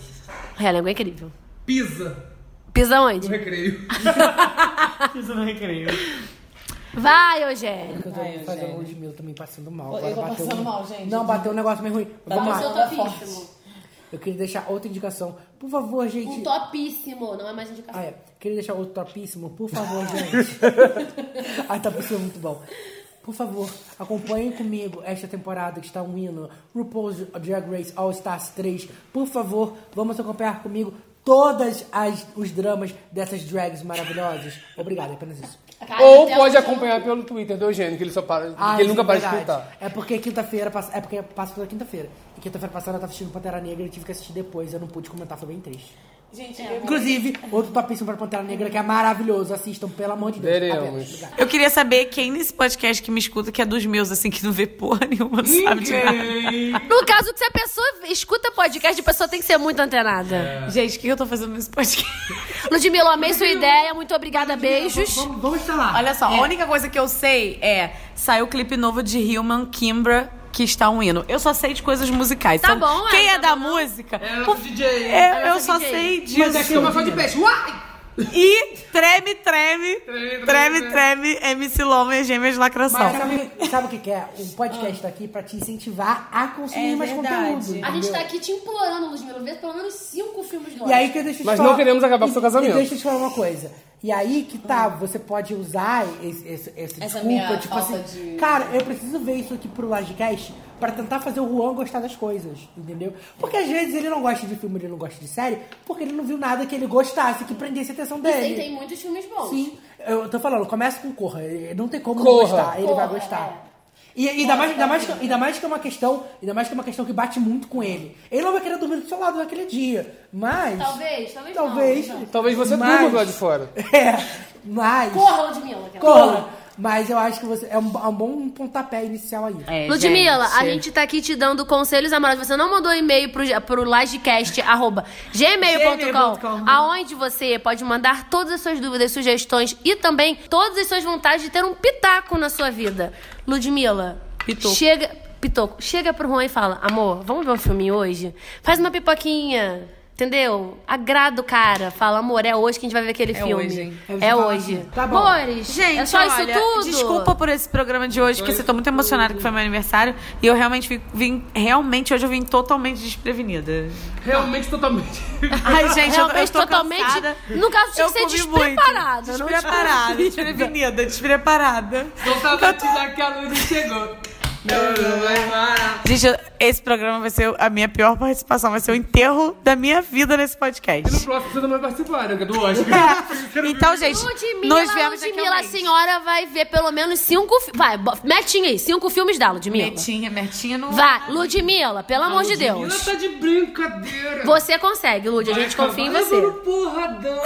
S9: Realengo é incrível.
S11: Pisa.
S9: Pisa onde?
S11: No recreio.
S2: Isso não recreio.
S9: Vai, Eugênio.
S13: Ah,
S1: Eu tô fazendo o Ludmilla também passando mal.
S13: é, Eu
S1: Agora
S13: tô
S1: bateu
S13: passando
S1: um-
S13: mal, gente.
S1: Não, bateu um negócio meio ruim.
S13: Tá
S1: Vamos
S13: bom,
S1: lá.
S13: eu tô
S7: Topíssimo.
S1: Eu queria deixar outra indicação. Por favor, gente.
S7: Um topíssimo, não é mais indicação.
S1: Ah, é. Queria deixar outro topíssimo, por favor, gente. Ai, topíssimo é muito bom. Por favor, acompanhem comigo esta temporada que está um hino. RuPaul's Drag Race All Stars 3. Por favor, vamos acompanhar comigo todos os dramas dessas drags maravilhosas. Obrigado, é apenas isso.
S11: Ou pode acompanhar pelo Twitter do Eugênio, que ele só para.
S1: Ah,
S11: que
S1: isso
S11: ele nunca
S1: é
S11: para de
S1: verdade.
S11: escutar.
S1: É porque quinta-feira passa. É porque passa toda quinta-feira. E quinta-feira passada eu tava assistindo Pantera Negra e eu tive que assistir depois. Eu não pude comentar, foi bem triste. É.
S13: Gente,
S1: Inclusive, outro topíssimo pra Pantera Negra que é maravilhoso. Assistam, pelo amor de Deus.
S11: Veremos.
S1: Apenas. Obrigado.
S8: Eu queria saber quem nesse podcast que me escuta, que é dos meus, assim, que não vê porra nenhuma, não sabe de nada.
S9: No caso que se a pessoa escuta podcast, a pessoa tem que ser muito antenada.
S8: Gente, o que eu tô fazendo nesse podcast?
S9: Ludmilla, eu amei sua ideia. Muito obrigada. Beijos.
S1: Vamos falar.
S8: Olha só, a única coisa que eu sei é saiu o clipe novo de Human Kimbra que está um hino. Eu só sei de coisas musicais.
S11: Tá
S8: Então,
S11: bom, é,
S8: Quem é
S11: tá
S8: da
S11: bom.
S8: música?
S11: Ela é
S8: Pô,
S11: DJ.
S8: eu-
S11: Ela é
S8: eu só
S11: DJ.
S8: sei disso.
S11: Mas é que é uma fã de peixe. Uai!
S8: E treme, treme,
S11: treme,
S8: treme, treme, MC Loma e Gêmeas Lacração.
S1: Mas sabe, o que- sabe o que que é? O podcast tá aqui pra te incentivar a consumir
S8: É
S1: mais
S8: verdade.
S1: conteúdo.
S7: A gente
S1: entendeu?
S7: tá aqui te implorando, Ludmilla, ver pelo menos cinco filmes novos.
S1: E aí que eu deixo te
S11: Mas
S1: falar-
S11: não queremos acabar com
S1: e-
S11: seu casamento.
S1: E deixa eu te falar uma coisa. E aí que tá, você pode usar esse, esse- essa,
S13: Essa
S1: desculpa,
S13: minha
S1: tipo
S13: falta
S1: assim.
S13: de-
S1: Cara, eu preciso ver isso aqui pro Lodcast pra tentar fazer o Juan gostar das coisas, entendeu? Porque às vezes ele não gosta de filme, ele não gosta de série, porque ele não viu nada que ele gostasse, que prendesse a atenção
S7: E tem,
S1: dele.
S7: tem muitos filmes bons.
S1: Sim. Eu tô falando, começa com Corra. eh, Não tem como
S7: Corra.
S1: não gostar. Ele
S7: Corra, é.
S1: vai gostar. E, e ainda, mais, ainda, mais que, ainda mais que é uma questão, ainda mais que é uma questão que bate muito com ele. Ele não vai querer dormir do seu lado naquele dia. Mas.
S7: Talvez, talvez não,
S1: Talvez.
S7: não.
S11: Talvez você
S1: Mas-
S11: durma do lado de fora.
S1: É. Mas.
S7: Corra, Ludmilla. aquela.
S1: Corra. Mas eu acho que você. É um, é um bom pontapé inicial aí.
S8: É,
S13: É,
S9: Ludmilla, a gente tá aqui te dando conselhos amorosos. Você não mandou e-mail pro, pro lagecast, arroba gmail.com, aonde você pode mandar todas as suas dúvidas, sugestões e também todas as suas vontades de ter um pitaco na sua vida. Ludmilla,
S8: Pitoco.
S9: chega... Pitoco, chega pro Juan e fala, amor, vamos ver um filme hoje? Faz uma pipoquinha, entendeu? Agrada o cara. Fala, amor, é hoje que a gente vai ver aquele
S8: É
S9: filme.
S8: hoje, hein?
S9: É, hoje. Amores,
S8: gente,
S9: é só
S8: olha,
S9: isso tudo?
S8: Desculpa por esse programa de hoje, porque eu tô muito emocionada que foi meu aniversário e eu realmente vim, vim- realmente hoje eu vim totalmente desprevenida.
S2: Realmente, totalmente.
S8: Ai, gente, eu- eu,
S9: Realmente,
S8: tô
S9: totalmente-
S8: cansada.
S9: no caso, tinha
S8: Eu
S9: que ser
S8: comi
S9: despreparada,
S8: muito.
S9: não
S8: Despreparada,
S9: desprevenida.
S8: desprevenida, despreparada.
S2: Não tava te dar que a luz chegou. Não, não vai parar.
S8: Gente, eu- esse programa vai ser a minha pior participação, vai ser o enterro da minha vida nesse podcast.
S2: No próximo você não vai participar, né? Que é do Oscar.
S8: Então, gente,
S9: Ludmilla,
S8: nós viemos
S26: um
S8: aqui
S9: Ludmilla, a senhora vai ver pelo menos cinco filmes. Vai, bo- metinha aí, cinco filmes da Ludmilla.
S8: Metinha, metinha no.
S9: Vai, Ludmilla, pelo amor de Tá
S2: Ludmilla
S9: Deus.
S2: tá de brincadeira.
S9: Você consegue, Lud, a gente confia em você.
S2: Porradão.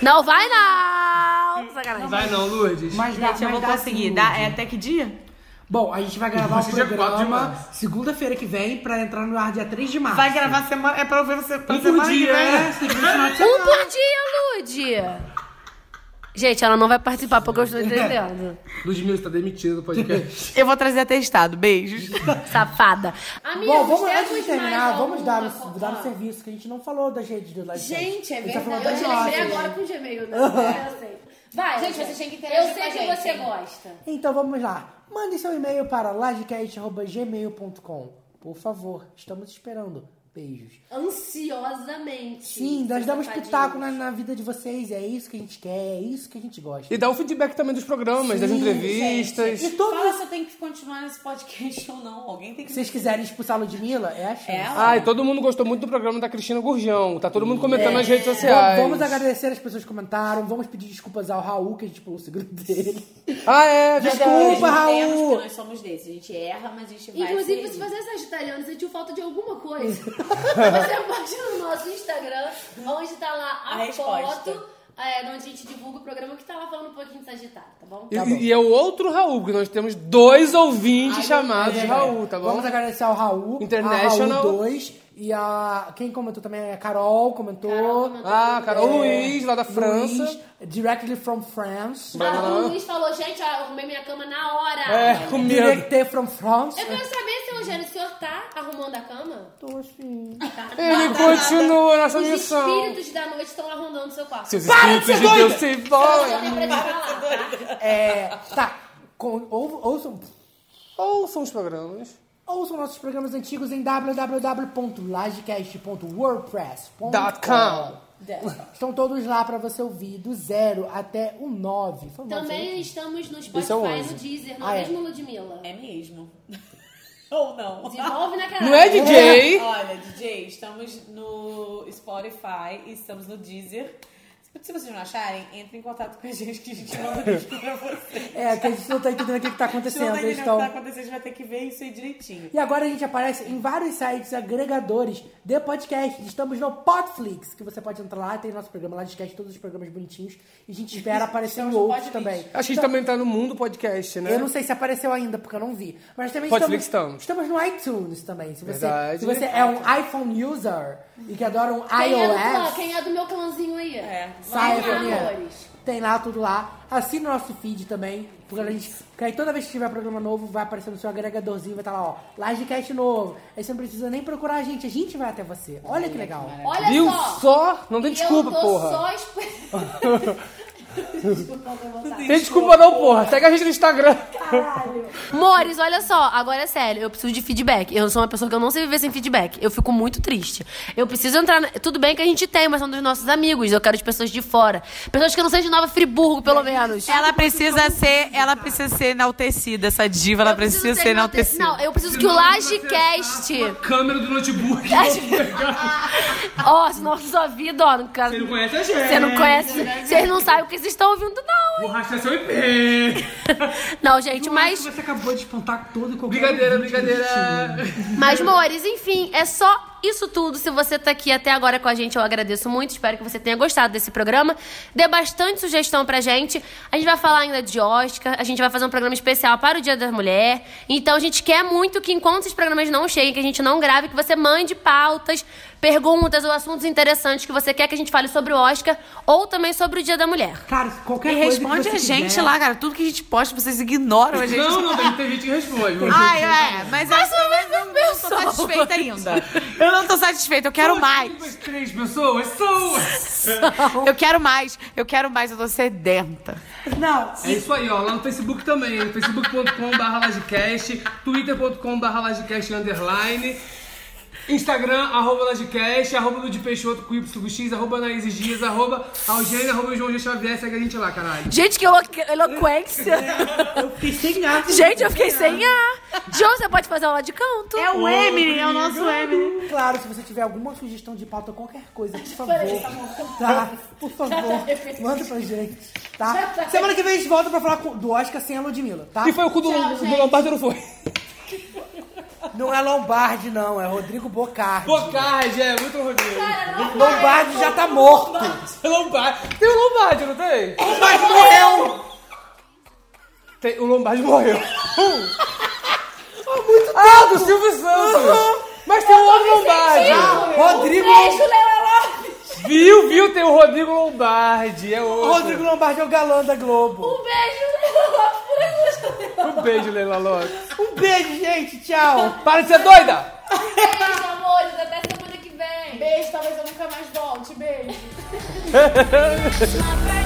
S9: Não vai, não! Sacanagem.
S2: Vai não, Lourdes.
S1: Mas dá,
S8: Gente, eu
S1: mas
S8: vou
S1: dá
S8: conseguir.
S1: sim,
S8: Dá,
S1: Lud.
S8: é até que dia?
S1: Bom, a gente vai gravar o
S2: Hoje é dia quatro de
S1: programa segunda-feira que vem pra entrar no ar dia 3 de março.
S8: Vai gravar semana. É pra eu ver você. Pra
S1: Um por
S8: semana que
S1: dia,
S8: vem.
S1: né? Tem que ver final de
S9: Um
S1: semana.
S9: por dia, Lud! Gente, ela não vai participar porque eu estou entendendo.
S2: Ludmilla
S11: Tá
S2: está demitida do podcast.
S8: Eu vou trazer atestado. Beijos.
S9: Safada.
S1: Bom, vamos antes de terminar, vamos dar o, dar o serviço que a gente não falou das redes do Live
S7: Gente, é
S1: A gente tá falando
S7: verdade. Eu
S1: das
S7: te lembrei
S1: nossas.
S7: agora com o Gmail, né?
S1: Aham.
S7: Eu sei. Vai.
S13: Gente,
S7: Lucas.
S13: vocês têm que interagir
S7: Eu sei
S13: com a
S7: que
S13: gente,
S7: você
S13: hein?
S7: gosta.
S1: Então vamos lá. Mande seu e-mail para livecast.gmail.com. Por favor, estamos esperando. Beijos.
S7: Ansiosamente. tá
S1: Sim, nós
S7: seus
S1: damos
S7: safadinhos.
S1: pitaco na, na vida de vocês. É isso que a gente quer, é isso que a gente gosta.
S11: E dá o feedback também dos programas, das
S1: Sim,
S11: entrevistas.
S1: gente. E
S13: Fala
S1: todos,
S13: se eu tenho que continuar nesse podcast ou não. Alguém tem que.
S1: se vocês quiserem expulsar a Ludmilla, é a chance.
S11: Ai, todo mundo gostou muito do programa da Cristina Gurjão. Tá todo mundo comentando nas redes sociais.
S1: V- É. Então, Vamos agradecer as pessoas que comentaram. Vamos pedir desculpas ao Raul, que a gente pulou o segredo dele.
S11: Ah,
S1: Tá
S11: é, verdade.
S1: Desculpa, Raul!
S13: Porque nós somos desses. A gente erra, mas a gente vai.
S7: Inclusive, se
S13: feliz.
S7: você é sagitariano e sentiu falta de alguma coisa, você pode ir no nosso Instagram, onde tá lá
S13: A
S7: a,
S13: resposta.
S7: foto, é, onde a gente divulga o programa, que tá lá falando um pouquinho de Sagitário, tá bom?
S11: E, e é o outro Raul, que nós temos dois ouvintes chamados Raul, tá bom?
S1: é. Vamos agradecer ao Raul,
S11: International.
S1: a Raul 2 e a... Quem comentou também? é A Carol comentou.
S11: Ah, Carol
S1: É,
S11: Luiz, lá da França.
S1: Luiz, directly from France.
S7: Ah, o Luiz falou, gente, ó, eu arrumei minha cama na hora.
S11: É, com medo.
S1: Directly from France.
S7: Eu quero saber, seu Eugênio, o senhor tá arrumando a cama?
S1: Tô assim.
S11: Ele continua nessa
S7: Os
S11: missão.
S7: espíritos da noite estão arrondando o seu quarto.
S11: Seus
S1: Para de ser
S11: espíritos de Deus
S1: doida!
S11: se
S7: Eu
S11: vão.
S7: vou ter pra te falar, tá?
S1: É, tá. Com, ou- ouçam,
S11: Ouçam os programas.
S1: ouçam nossos programas antigos em www.lagecast.wordpress.com.
S11: .com.
S1: Estão todos lá pra você ouvir, do zero até o um 9.
S7: Também estamos no
S11: Esse é o
S7: Spotify,
S11: onze.
S7: no Deezer, não
S1: Ah,
S7: é
S1: é.
S7: mesmo, Ludmilla?
S13: É mesmo. ou não.
S7: Desenvolve na cara.
S11: Não é DJ?
S13: Olha, DJ, estamos no Spotify e estamos no Deezer. Se vocês não acharem, entrem em contato com a gente que a gente manda o vídeo pra vocês.
S1: É, que a gente não tá entendendo o que, que tá
S13: Se não
S1: acontecendo. eles
S13: tá entendendo o que tá
S1: estão...
S13: acontecendo, a gente vai ter que ver isso aí direitinho.
S1: E agora a gente aparece em vários sites agregadores de podcast. Estamos no Podflix, que você pode entrar lá, tem nosso programa lá de podcast, todos os programas bonitinhos. E a gente espera aparecer em
S13: Estamos no
S1: outros
S13: Podflix.
S1: também. Então,
S11: Acho que a gente também tá no mundo podcast, né?
S1: Eu não sei se apareceu ainda, porque eu não vi. Mas também
S11: Podflix
S1: estamos, estamos no iTunes também. Se você,
S11: Verdade.
S1: se você é um iPhone user e que adora um
S7: Quem é, do clã?
S1: iOS,
S7: Quem é do meu clãzinho aí? É.
S1: sai
S7: Vamos lá,
S1: Agonia.
S7: amores.
S1: Tem lá tudo lá. Assina o nosso feed também. Porque, a gente, porque aí toda vez que tiver programa novo, vai aparecer no seu agregadorzinho, vai estar lá, ó, Livecast novo. Aí você não precisa nem procurar a gente, a gente vai até você. Olha que legal.
S7: Olha
S11: Viu
S7: só.
S11: só? Não tem desculpa,
S7: eu tô
S11: porra.
S7: só esper-
S11: Tem desculpa não, porra. Segue a gente no Instagram.
S9: Mores, olha só, agora é sério, eu preciso de feedback. Eu sou uma pessoa que eu não sei viver sem feedback. Eu fico muito triste. Eu preciso entrar. na- Tudo bem que a gente tem, mas são dos nossos amigos. Eu quero de pessoas de fora. Pessoas que não sejam de Nova Friburgo, pelo menos.
S26: Ela precisa ser, ela precisa ser enaltecida, essa diva, ela precisa ser enaltecida.
S9: Não, eu preciso que o Lagecast.
S11: Câmera do notebook.
S9: Ó, senão a sua vida, ó. não quero- Você não
S11: conhece a gente.
S9: Você não conhece. Vocês não sabem o que vocês estão ouvindo, não.
S11: Vou rastrear seu IP.
S9: Não, gente, mas.
S1: Você acabou de espantar todo e qualquer
S11: Brincadeira,
S1: ouvinte
S11: brincadeira.
S9: Mas, Mores, enfim, é só isso tudo. Se você tá aqui até agora com a gente, eu agradeço muito. Espero que você tenha gostado desse programa. Dê bastante sugestão pra gente. A gente vai falar ainda de Oscar, a gente vai fazer um programa especial para o Dia da Mulher. Então, a gente quer muito que, enquanto esses programas não cheguem, que a gente não grave, que você mande pautas, perguntas ou assuntos interessantes que você quer que a gente fale sobre o Oscar ou também sobre o Dia da Mulher.
S1: Cara, qualquer
S26: E responde a gente lá, cara. Tudo que a gente posta, vocês ignoram a gente.
S11: Não, não, tem, tem gente que responde.
S26: Ai, é, mas,
S11: Mas
S26: eu não, não tô satisfeita ainda. Eu não tô satisfeita, eu quero mais.
S11: Três pessoas, são!
S26: Eu quero mais, eu quero mais, eu tô sedenta.
S1: Não.
S11: É isso aí, ó. Lá no Facebook também. no facebook.com.br Lagecast, twitter.com.br Lagecast underline, Instagram, arroba Lagecast, arroba Ludi Peixoto com YX, arroba Anaíses Dias, arroba Algênia, arroba João G. Xavier. Segue a gente lá, caralho.
S9: Gente, que elo- eloquência!
S1: Eu fiquei sem tá, ar.
S9: Gente, eu fiquei sem ar! João, você pode fazer aula de canto? É
S1: Emily. né? Claro, se você tiver alguma sugestão de pauta, qualquer coisa, por favor.
S9: Peraí, tá bom.
S1: Tá, por favor,
S9: Já tá.
S1: manda pra gente. Tá? Semana que vem a gente volta pra falar com- do Oscar sem a Ludmilla, tá?
S11: E foi o cu do- Tchau, do gente. Lombardi ou não foi?
S1: Não é Lombardi, não, é Rodrigo Bocardi.
S11: Bocardi, é, muito Rodrigo.
S1: Lombardi já tá morto.
S11: Lombardi. Tem o Lombardi, não tem? Lombardi
S1: morreu!
S11: o Lombardi morreu.
S1: muito
S11: ah, do Silvio Santos! Mas tem o outro Lombardi! Rodrigo Viu, viu? Tem o Rodrigo Lombardi. É
S1: O
S11: outro.
S1: Rodrigo Lombardi é o galã da Globo.
S9: Um beijo,
S11: Um beijo, Leila Lopes.
S1: Um beijo, gente. Tchau.
S11: Para de ser doida!
S7: Beijo, amores. Até semana que vem. Beijo, talvez eu nunca mais volte. Beijo.